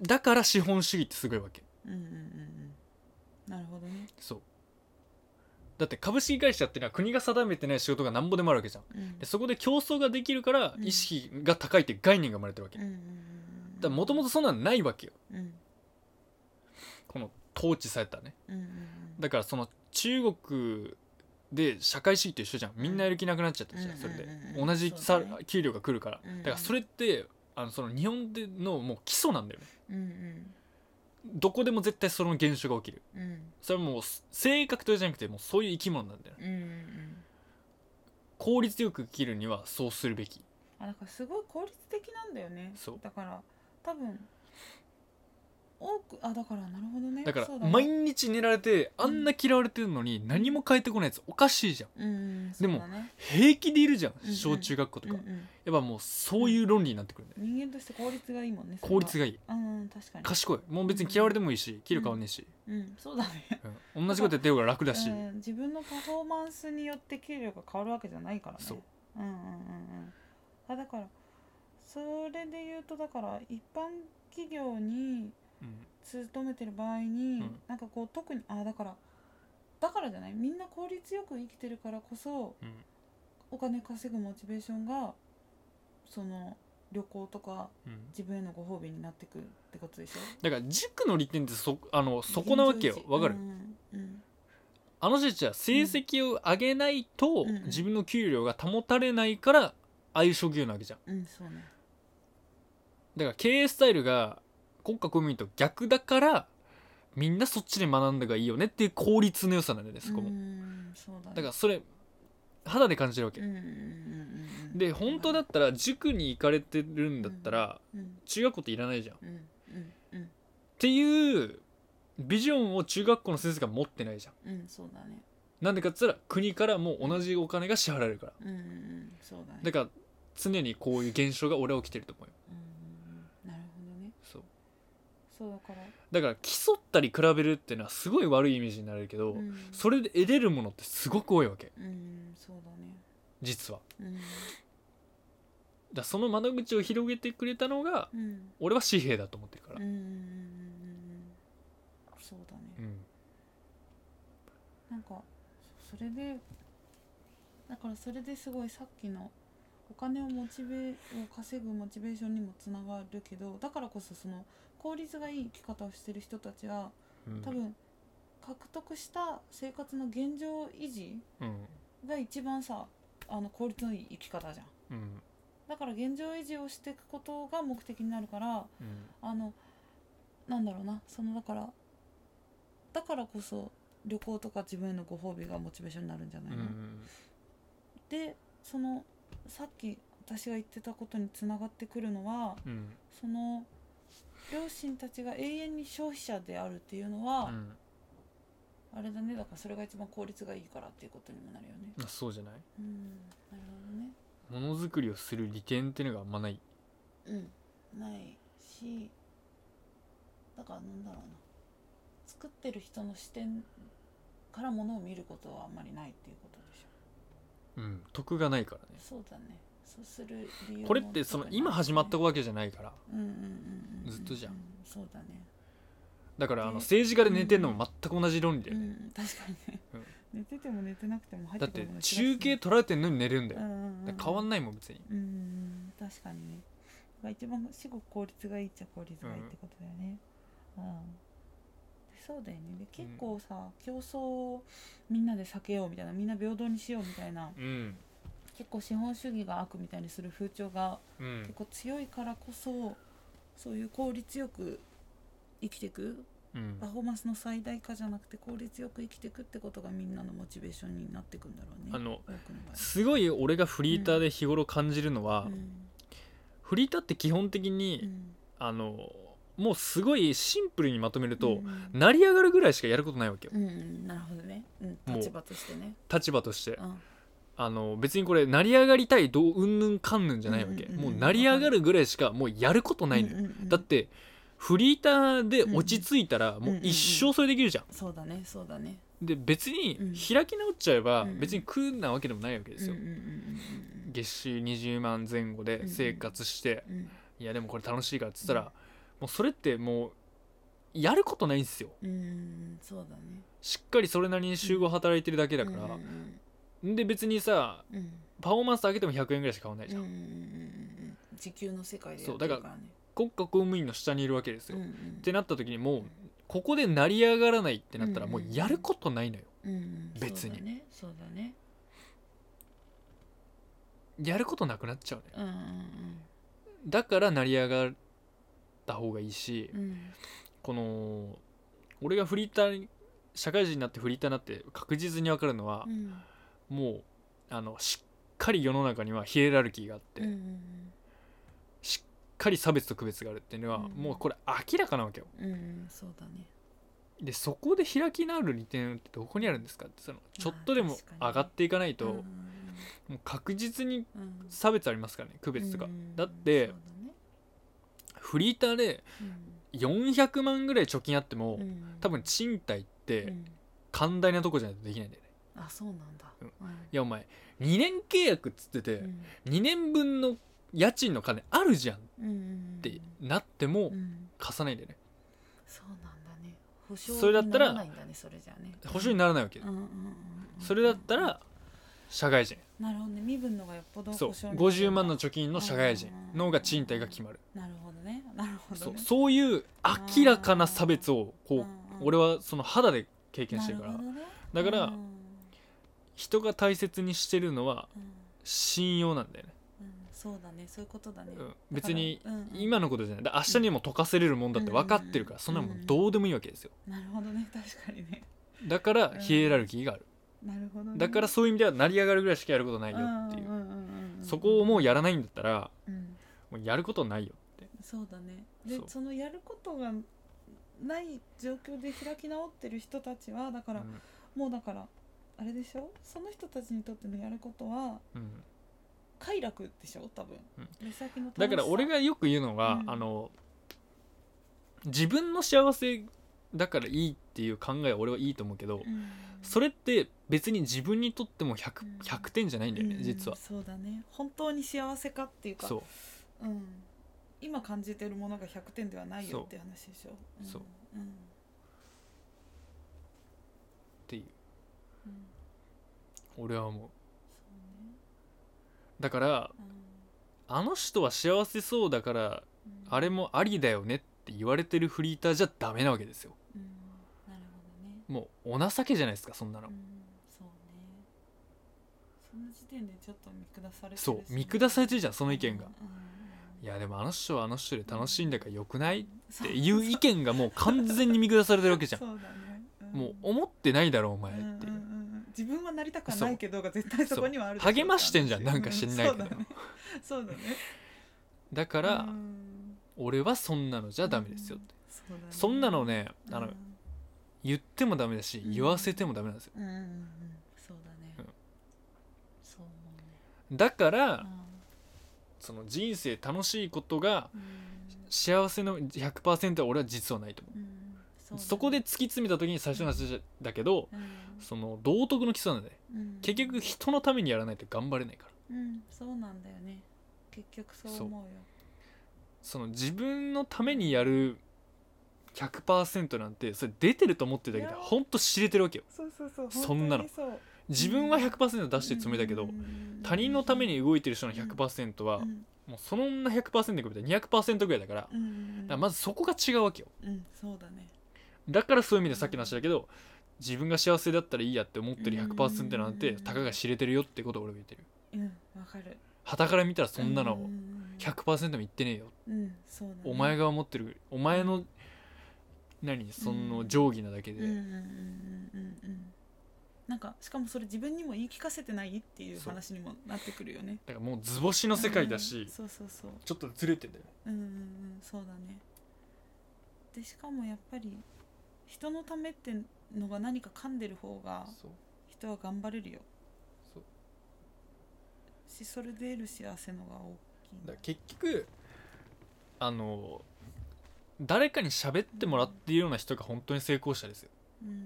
Speaker 1: だから資本主義ってすごいわけ
Speaker 2: うんうんうんうんなるほどね
Speaker 1: そうだって株式会社ってのは国が定めてない仕事がなんぼでもあるわけじゃん
Speaker 2: うん
Speaker 1: でそこで競争ができるから
Speaker 2: うん
Speaker 1: 意識が高いっていう概念が生まれてるわけ、
Speaker 2: うん
Speaker 1: だ
Speaker 2: うんうんうん
Speaker 1: からもともとそんなのないわけよ
Speaker 2: うん
Speaker 1: この統治されたね
Speaker 2: うんうんうん
Speaker 1: だからその中国で社会主義と一緒じゃんみんなやる気なくなっちゃったじゃん、
Speaker 2: うん
Speaker 1: それで
Speaker 2: うんうんうんうん
Speaker 1: 同じさ、
Speaker 2: そうだね
Speaker 1: 給料が来るから、
Speaker 2: うんうん
Speaker 1: だからそれってあのその日本でのもう基礎なんだよね
Speaker 2: うん
Speaker 1: どこでも絶対その現象が起きる
Speaker 2: うんうん
Speaker 1: それはもう性格とかじゃなくてもうそういう生き物なんだよね
Speaker 2: うんうん
Speaker 1: 効率よく生きるにはそうするべき
Speaker 2: あだからすごい効率的なんだよね
Speaker 1: そう
Speaker 2: だから多分多くあだからなるほどね
Speaker 1: だから
Speaker 2: そうね
Speaker 1: 毎日寝られてあんな嫌われてるのに何も変えてこないやつおかしいじゃん
Speaker 2: うん
Speaker 1: でも
Speaker 2: そうだね
Speaker 1: 平気でいるじゃ
Speaker 2: うんうん
Speaker 1: ん小中学校とか
Speaker 2: うんうん
Speaker 1: やっぱもうそういう論理になってくるんだよ
Speaker 2: 人間として効率がいいもんね
Speaker 1: 効率
Speaker 2: が
Speaker 1: がいい
Speaker 2: うん確かに
Speaker 1: 賢いもう別に嫌われてもいいし切る変わんねえし、
Speaker 2: うんそうだね
Speaker 1: うん同じことやってる方が (laughs) 楽だし、
Speaker 2: うん自分のパフォーマンスによって給料が変わるわけじゃないからね
Speaker 1: そう
Speaker 2: うんうんうんうんあだからそれで言うとだから一般企業に
Speaker 1: うん
Speaker 2: 勤めてる場合に、
Speaker 1: うん
Speaker 2: なんかこう特にあだからだからじゃないみんな効率よく生きてるからこそ
Speaker 1: うん
Speaker 2: お金稼ぐモチベーションがその旅行とか
Speaker 1: うん
Speaker 2: 自分へのご褒美になってくるってことでしょ
Speaker 1: だから塾の利点ってそあのそこなわけよ
Speaker 2: 現状維持
Speaker 1: わかる、
Speaker 2: うんうん
Speaker 1: あの人たちは成績を上げないと、
Speaker 2: うん
Speaker 1: 自分の給料が保たれないからああいう職業なわけじゃん
Speaker 2: うん、そうね
Speaker 1: だから経営スタイルが国家公務員と逆だからみんなそっちで学んだ方がいいよねっていう効率の良さなんだよねそこも、
Speaker 2: うんそうだね
Speaker 1: だからそれ肌で感じるわけ、
Speaker 2: うんうんうんうんうん
Speaker 1: で本当だったら塾に行かれてるんだったら、
Speaker 2: うん
Speaker 1: 中学校っていらないじゃんっ
Speaker 2: うんうんうん
Speaker 1: ていうビジョンを中学校の先生が持ってないじゃん
Speaker 2: うんそうだね
Speaker 1: なんでかっつったら国からも同じお金が支払えるから
Speaker 2: うんうんうんそうだね
Speaker 1: だから常にこういう現象が俺は起きてると思うよ
Speaker 2: うんうんうんなるほどね
Speaker 1: そう
Speaker 2: そうだから
Speaker 1: だから競ったり比べるっていうのはすごい悪いイメージになるけど、
Speaker 2: うん
Speaker 1: それで得れるものってすごく多いわけ
Speaker 2: うんそうだね
Speaker 1: 実は
Speaker 2: うん
Speaker 1: だからその窓口を広げてくれたのが
Speaker 2: うん
Speaker 1: 俺は紙幣だと思ってるか
Speaker 2: うん
Speaker 1: ら
Speaker 2: うんうんうんうんそうだ
Speaker 1: う
Speaker 2: ね
Speaker 1: ん
Speaker 2: なんかそそれでだからそれですごいさっきのお金をモチベを稼ぐモチベーションにもつながるけどだからこそその効率がいい生き方をしてる人たちは
Speaker 1: うん
Speaker 2: 多分獲得した生活の現状維持
Speaker 1: うん
Speaker 2: が一番さあの効率のいい生き方じゃん
Speaker 1: うん
Speaker 2: だから現状維持をしていくことが目的になるから
Speaker 1: うん
Speaker 2: あのなんだろうなそのだからだからこそ旅行とか自分へのご褒美がモチベーションになるんじゃな
Speaker 1: う
Speaker 2: い
Speaker 1: ん
Speaker 2: の、でそのさっき私が言ってたことにつながってくるのは
Speaker 1: うん
Speaker 2: その両親たちが永遠に消費者であるっていうのは
Speaker 1: う、ん
Speaker 2: あれだねだからそれが一番効率がいいからっていうことにもなるよね
Speaker 1: あそうじゃない
Speaker 2: うんなるほどね
Speaker 1: ものづくりをする利点っていうのがあんまない
Speaker 2: うんないしだからなんだろうな作ってる人の視点からものを見ることはあんまりないっていうことでしょ
Speaker 1: うん得がないからね
Speaker 2: そうだねそうする理由も
Speaker 1: これってその
Speaker 2: 特にな
Speaker 1: 今
Speaker 2: い
Speaker 1: 始まった
Speaker 2: ね
Speaker 1: わけじゃないから
Speaker 2: うんうんうんうん
Speaker 1: ずっとじゃん
Speaker 2: うそうだね
Speaker 1: だからあの
Speaker 2: で
Speaker 1: 政治家で寝てんのも全く同じ論理だ
Speaker 2: う
Speaker 1: よね
Speaker 2: ん確かにね、
Speaker 1: うん
Speaker 2: 寝てても寝てなくても入
Speaker 1: だ
Speaker 2: っ
Speaker 1: ってて
Speaker 2: くるもの違うしね
Speaker 1: 中継取られてんのに寝るんだ
Speaker 2: う
Speaker 1: よ
Speaker 2: んうんう
Speaker 1: だ
Speaker 2: ん
Speaker 1: から変わんないもん別に
Speaker 2: うんうんうん確かにねだから一番至極効率がいいっちゃ効率がいいってことだよねうん、でそうだよねで結構さ、競争をみんなで避けようみたいなみんな平等にしようみたいな
Speaker 1: うん
Speaker 2: 結構資本主義が悪みたいにする風潮が
Speaker 1: う
Speaker 2: 結
Speaker 1: ん
Speaker 2: 構強いからこそそういう効率よく生きていく
Speaker 1: うん
Speaker 2: パフォーマンスの最大化じゃなくて効率よく生きていくってことがみんなのモチベーションになっていくんだろうね
Speaker 1: あの
Speaker 2: 多くの場合
Speaker 1: すごい俺がフリーターで日頃感じるのは、
Speaker 2: うん
Speaker 1: フリーターって基本的に、
Speaker 2: うん
Speaker 1: あのもうすごいシンプルにまとめると、
Speaker 2: うん
Speaker 1: 成り上がるぐらいしかやることないわけよ
Speaker 2: うんうん、なるほどね、うん、
Speaker 1: もう
Speaker 2: 立場としてね
Speaker 1: 立場として
Speaker 2: うん
Speaker 1: あの別にこれ成り上がりたいどううんぬんかんぬんじゃないわけ、
Speaker 2: うんうんうん
Speaker 1: もう成り上がるぐらいしかもうやることないのよ、
Speaker 2: うんうんうん
Speaker 1: だってフリーターで落ち着いたらもう一生それできるじゃん、
Speaker 2: そうだねそうだね
Speaker 1: で別に
Speaker 2: うん
Speaker 1: 開き直っちゃえば
Speaker 2: うん
Speaker 1: 別に食うなわけでもないわけですよ、
Speaker 2: うんうん
Speaker 1: 月収20万前後で生活して、
Speaker 2: うんうんうん
Speaker 1: いやでもこれ楽しいからっつったら、
Speaker 2: うん
Speaker 1: もうそれってもうやることないんですよ
Speaker 2: うんうんそうだね
Speaker 1: しっかりそれなりに週5働いてるだけだか
Speaker 2: うん
Speaker 1: ら
Speaker 2: う、ん
Speaker 1: で別にさ
Speaker 2: うんうん
Speaker 1: パフォーマンス上げても100円ぐらいしか変わんないじゃん、
Speaker 2: うんうんうんうんうん時給の世界でや
Speaker 1: そう
Speaker 2: ってるからね
Speaker 1: 国家公務員の下にいるわけですよ、
Speaker 2: うん
Speaker 1: っ
Speaker 2: うん
Speaker 1: てなった時にもうここで成り上がらないってなったら
Speaker 2: うん
Speaker 1: もうやることないのよ
Speaker 2: うんうん
Speaker 1: 別に
Speaker 2: そうだねそうだね
Speaker 1: やることなくなっちゃうね
Speaker 2: うんうん
Speaker 1: だから成り上がった方がいいし、
Speaker 2: うんうん
Speaker 1: この俺がフリーターに社会人になってフリーターになって確実に分かるのは
Speaker 2: う、ん
Speaker 1: もうあのしっかり世の中にはヒエラルキーがあって、
Speaker 2: うんうん
Speaker 1: しっかり差別と区別があるっていうのは、
Speaker 2: うん
Speaker 1: もうこれ明らかなわけよ
Speaker 2: うんそうだね
Speaker 1: でそこで開き直る利点ってどこにあるんですかってそのちょっとでも
Speaker 2: 確かに
Speaker 1: 上がっていかないと、
Speaker 2: うん
Speaker 1: もう確実に
Speaker 2: うんうん
Speaker 1: 差別ありますからね区別とか、
Speaker 2: うん
Speaker 1: だって
Speaker 2: そうだね
Speaker 1: フリーターで400万ぐらい貯金あっても、
Speaker 2: うんうん
Speaker 1: 多分賃貸っ
Speaker 2: う
Speaker 1: て
Speaker 2: ん
Speaker 1: 寛大なとこじゃないとできないんだよね
Speaker 2: あそうなんだ
Speaker 1: うん
Speaker 2: うん
Speaker 1: いやお前2年契約っつってて、
Speaker 2: うん
Speaker 1: 2年分の家賃の金あるじゃんっ
Speaker 2: うん
Speaker 1: てなっても
Speaker 2: うん
Speaker 1: 貸さないんだよね
Speaker 2: そうなんだね保証
Speaker 1: それだったら
Speaker 2: になないんだねそれじゃあね
Speaker 1: 保証にならないわけ
Speaker 2: うんうんうんうん
Speaker 1: それだったら社外人
Speaker 2: なるほどね身分のがよっぽど
Speaker 1: そう
Speaker 2: 保証になるんだ
Speaker 1: 50万の貯金の社外人の方が賃貸が決まる
Speaker 2: なるほどねなるほど
Speaker 1: そう
Speaker 2: ね
Speaker 1: そういう明らかな差別をこう俺
Speaker 2: は
Speaker 1: はその肌で経験してるからだから人が大切にしてるのは信用なんだよね、
Speaker 2: そうだねそういうことだね
Speaker 1: うん、別に
Speaker 2: だからうんうん
Speaker 1: 今のことじゃないだから明日にも溶かせれるもんだって分かってるから
Speaker 2: うん
Speaker 1: そんなもんどうでもいいわけですよ
Speaker 2: なるほどね確かにね
Speaker 1: だからヒエラルキーがある
Speaker 2: なるほどね
Speaker 1: だからそういう意味では成り上がるぐらいしかやることないよっていうそこをもうやらないんだったら
Speaker 2: うん、うん、
Speaker 1: もうやることないよって
Speaker 2: そうだねで
Speaker 1: そう
Speaker 2: そのやることがない状況で開き直ってる人たちはだから、
Speaker 1: うん
Speaker 2: もうだからあれでしょその人たちにとってのやることは
Speaker 1: うん
Speaker 2: 快楽でしょ多分、
Speaker 1: うん
Speaker 2: 目先の楽し
Speaker 1: だ
Speaker 2: さ
Speaker 1: から俺がよく言うのは、
Speaker 2: うん
Speaker 1: あの自分の幸せだからいいっていう考えは俺はいいと思うけど、
Speaker 2: うん
Speaker 1: それって別に自分にとっても 100,
Speaker 2: うん
Speaker 1: 100点じゃないんだよね、
Speaker 2: うん
Speaker 1: 実は
Speaker 2: そうだね本当に幸せかっていうか、
Speaker 1: そう
Speaker 2: ん、今感じてるものが100点ではない
Speaker 1: そう
Speaker 2: よって話でしょ、ん
Speaker 1: そう、
Speaker 2: うん
Speaker 1: ていう
Speaker 2: うん
Speaker 1: 俺は思
Speaker 2: そうね
Speaker 1: うだから
Speaker 2: う
Speaker 1: あの人は幸せそうだから
Speaker 2: んうん
Speaker 1: あれもありだよねって言われてるフリーターじゃダメなわけですよ
Speaker 2: うんなるほどね
Speaker 1: もうお情けじゃないですかそんなの、
Speaker 2: うんそうねその時点でちょっと見下されてるし
Speaker 1: そう見下されてるじゃんその意見が、
Speaker 2: うんうん
Speaker 1: いやでもあの人はあの人で楽しいんだからよくないっ
Speaker 2: そ
Speaker 1: ていう意見がもう完全に見下されてるわけじゃん
Speaker 2: (laughs) そうだね、ん
Speaker 1: もう思ってないだろお前っ
Speaker 2: うんうん
Speaker 1: て
Speaker 2: う
Speaker 1: い
Speaker 2: ん
Speaker 1: う
Speaker 2: うん自分はなりたくはないけどが絶対そこにはあるでしょう
Speaker 1: 励ましてんじゃんなんか知んないけど、
Speaker 2: うそうだね
Speaker 1: だか
Speaker 2: から
Speaker 1: 俺はそんなのじゃダメですよって
Speaker 2: そうだね
Speaker 1: そんなのねあの
Speaker 2: うん
Speaker 1: 言ってもダメだし
Speaker 2: うん
Speaker 1: 言わせてもダメなんですよ
Speaker 2: うんうんうんそうだね、
Speaker 1: うん
Speaker 2: そう思うね
Speaker 1: だから
Speaker 2: う
Speaker 1: その人生楽しいことが
Speaker 2: ん
Speaker 1: 幸せの100%は俺は実はないと思
Speaker 2: うんうん
Speaker 1: う
Speaker 2: うだね
Speaker 1: そこで突き詰めた時に最初の話だけど
Speaker 2: うん
Speaker 1: その道徳の基礎なんで
Speaker 2: うん
Speaker 1: 結局人のためにやらないと頑張れないから
Speaker 2: うんそうなんだよね結局そう思うよ
Speaker 1: その自分のためにやる100%なんてそれ出てると思ってるだけで
Speaker 2: いや
Speaker 1: ほんと知れてるわけよ
Speaker 2: そうそうそう
Speaker 1: そんなの
Speaker 2: 本当にそう
Speaker 1: 自分は100%出してるつもりだけど他人のために動いてる人の100%はもうそんな100%かみたいな200%ぐらいだからだか
Speaker 2: うん
Speaker 1: らまずそこが違うわけよ
Speaker 2: うんそうだね
Speaker 1: だからそういう意味でさっきの話だけど自分が幸せだったらいいやって思ってる100%なんて
Speaker 2: うん
Speaker 1: たかが知れてるよってことを俺は言ってる
Speaker 2: うんわかる
Speaker 1: 傍から見たらそんな
Speaker 2: う
Speaker 1: の
Speaker 2: ん
Speaker 1: 100%も言ってねえよ
Speaker 2: うんそうだね
Speaker 1: お前が思ってるお前の何その定義なだけ
Speaker 2: うんうんうん
Speaker 1: で
Speaker 2: うんうんうんなんかしかもそれ自分にも言い聞かせてないっていう
Speaker 1: そう
Speaker 2: 話にもなってくるよね
Speaker 1: だからもう図星の世界だ
Speaker 2: う
Speaker 1: し
Speaker 2: んそうそうそう
Speaker 1: ちょっとずれてんだよね
Speaker 2: うんうんうんそうだねでしかもやっぱり人のためってのが何か噛んでる方が
Speaker 1: そう
Speaker 2: 人は頑張れるよ
Speaker 1: そう
Speaker 2: しそれで得る幸せのが大きいん
Speaker 1: だか
Speaker 2: だ
Speaker 1: ら結局あの誰かに喋ってもらっているような人が本当に成功者ですよ
Speaker 2: うーん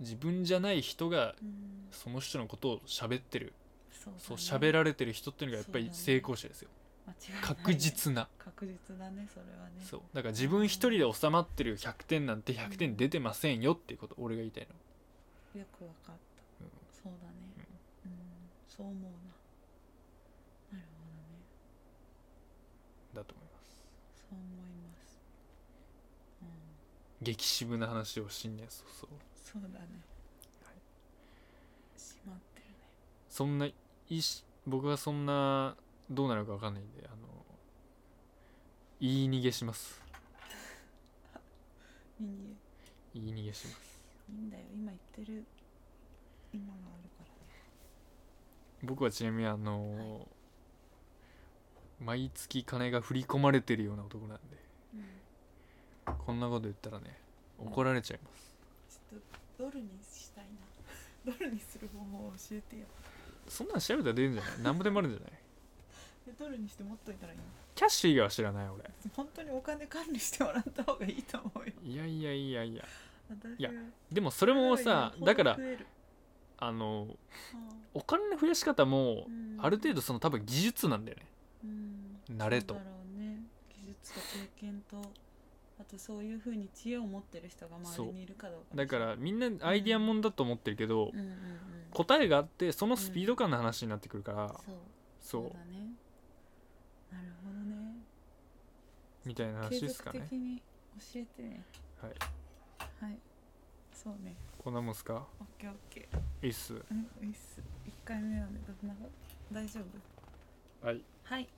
Speaker 1: 自分じゃない人が
Speaker 2: うん
Speaker 1: その人のことを喋ってる
Speaker 2: そうだね
Speaker 1: そう喋られてる人っていうのがやっぱり成功者ですよ
Speaker 2: 間違いないね
Speaker 1: 確実な
Speaker 2: 確実だねそれはね
Speaker 1: そうだから自分一人で収まってる100点なんて100点出てませんよっていうこと俺が言いたいの
Speaker 2: よくわかった、
Speaker 1: うん
Speaker 2: そうだねうん、そう思うななるほどね
Speaker 1: だと思います
Speaker 2: そう思いますうん
Speaker 1: 激渋な話を新年早々
Speaker 2: そうだね
Speaker 1: はい
Speaker 2: しまってるね
Speaker 1: そんないいし僕はそんなどうなるかわかんないんであの言い逃げします
Speaker 2: いいね
Speaker 1: 言い逃げします
Speaker 2: いいんだよ今言ってる今があるからね
Speaker 1: 僕はちなみにあの、毎月金が振り込まれてるような男なんで
Speaker 2: うん
Speaker 1: こんなこと言ったらね怒られちゃいます
Speaker 2: ちょっとドルにしたいな (laughs) ドルにする方法を教えてよ
Speaker 1: そんなん調べたら出るんじゃない何ぼでもあるんじゃない
Speaker 2: でドルにして持っといたらいいの
Speaker 1: キャッシーが知らない俺
Speaker 2: 本当にお金管理してもらった方がいいと思うよ
Speaker 1: いやいやいやいや
Speaker 2: 私
Speaker 1: いや
Speaker 2: は
Speaker 1: でもそれもさだから
Speaker 2: 増える
Speaker 1: あの
Speaker 2: うん
Speaker 1: お金の増やし方も
Speaker 2: うん
Speaker 1: ある程度その多分技術なんだよね
Speaker 2: うん
Speaker 1: 慣れと
Speaker 2: そうだろうね技術と経験とあとそういうふうに知恵を持ってる人が周りにいるかどうか
Speaker 1: だからみんなアイディアもんだと思ってるけど
Speaker 2: うんうんうん
Speaker 1: 答えがあってそのスピード感の話になってくるから
Speaker 2: そうそう
Speaker 1: そ
Speaker 2: だねなるほどね
Speaker 1: うみたいな話
Speaker 2: 継
Speaker 1: です
Speaker 2: 続
Speaker 1: かね
Speaker 2: 的に教えてね
Speaker 1: はい
Speaker 2: はいそうね
Speaker 1: こんなもんすか
Speaker 2: オッケーオッケ
Speaker 1: いいっす
Speaker 2: ーうんいいっす1回目なんでどんな大丈夫
Speaker 1: はい
Speaker 2: はい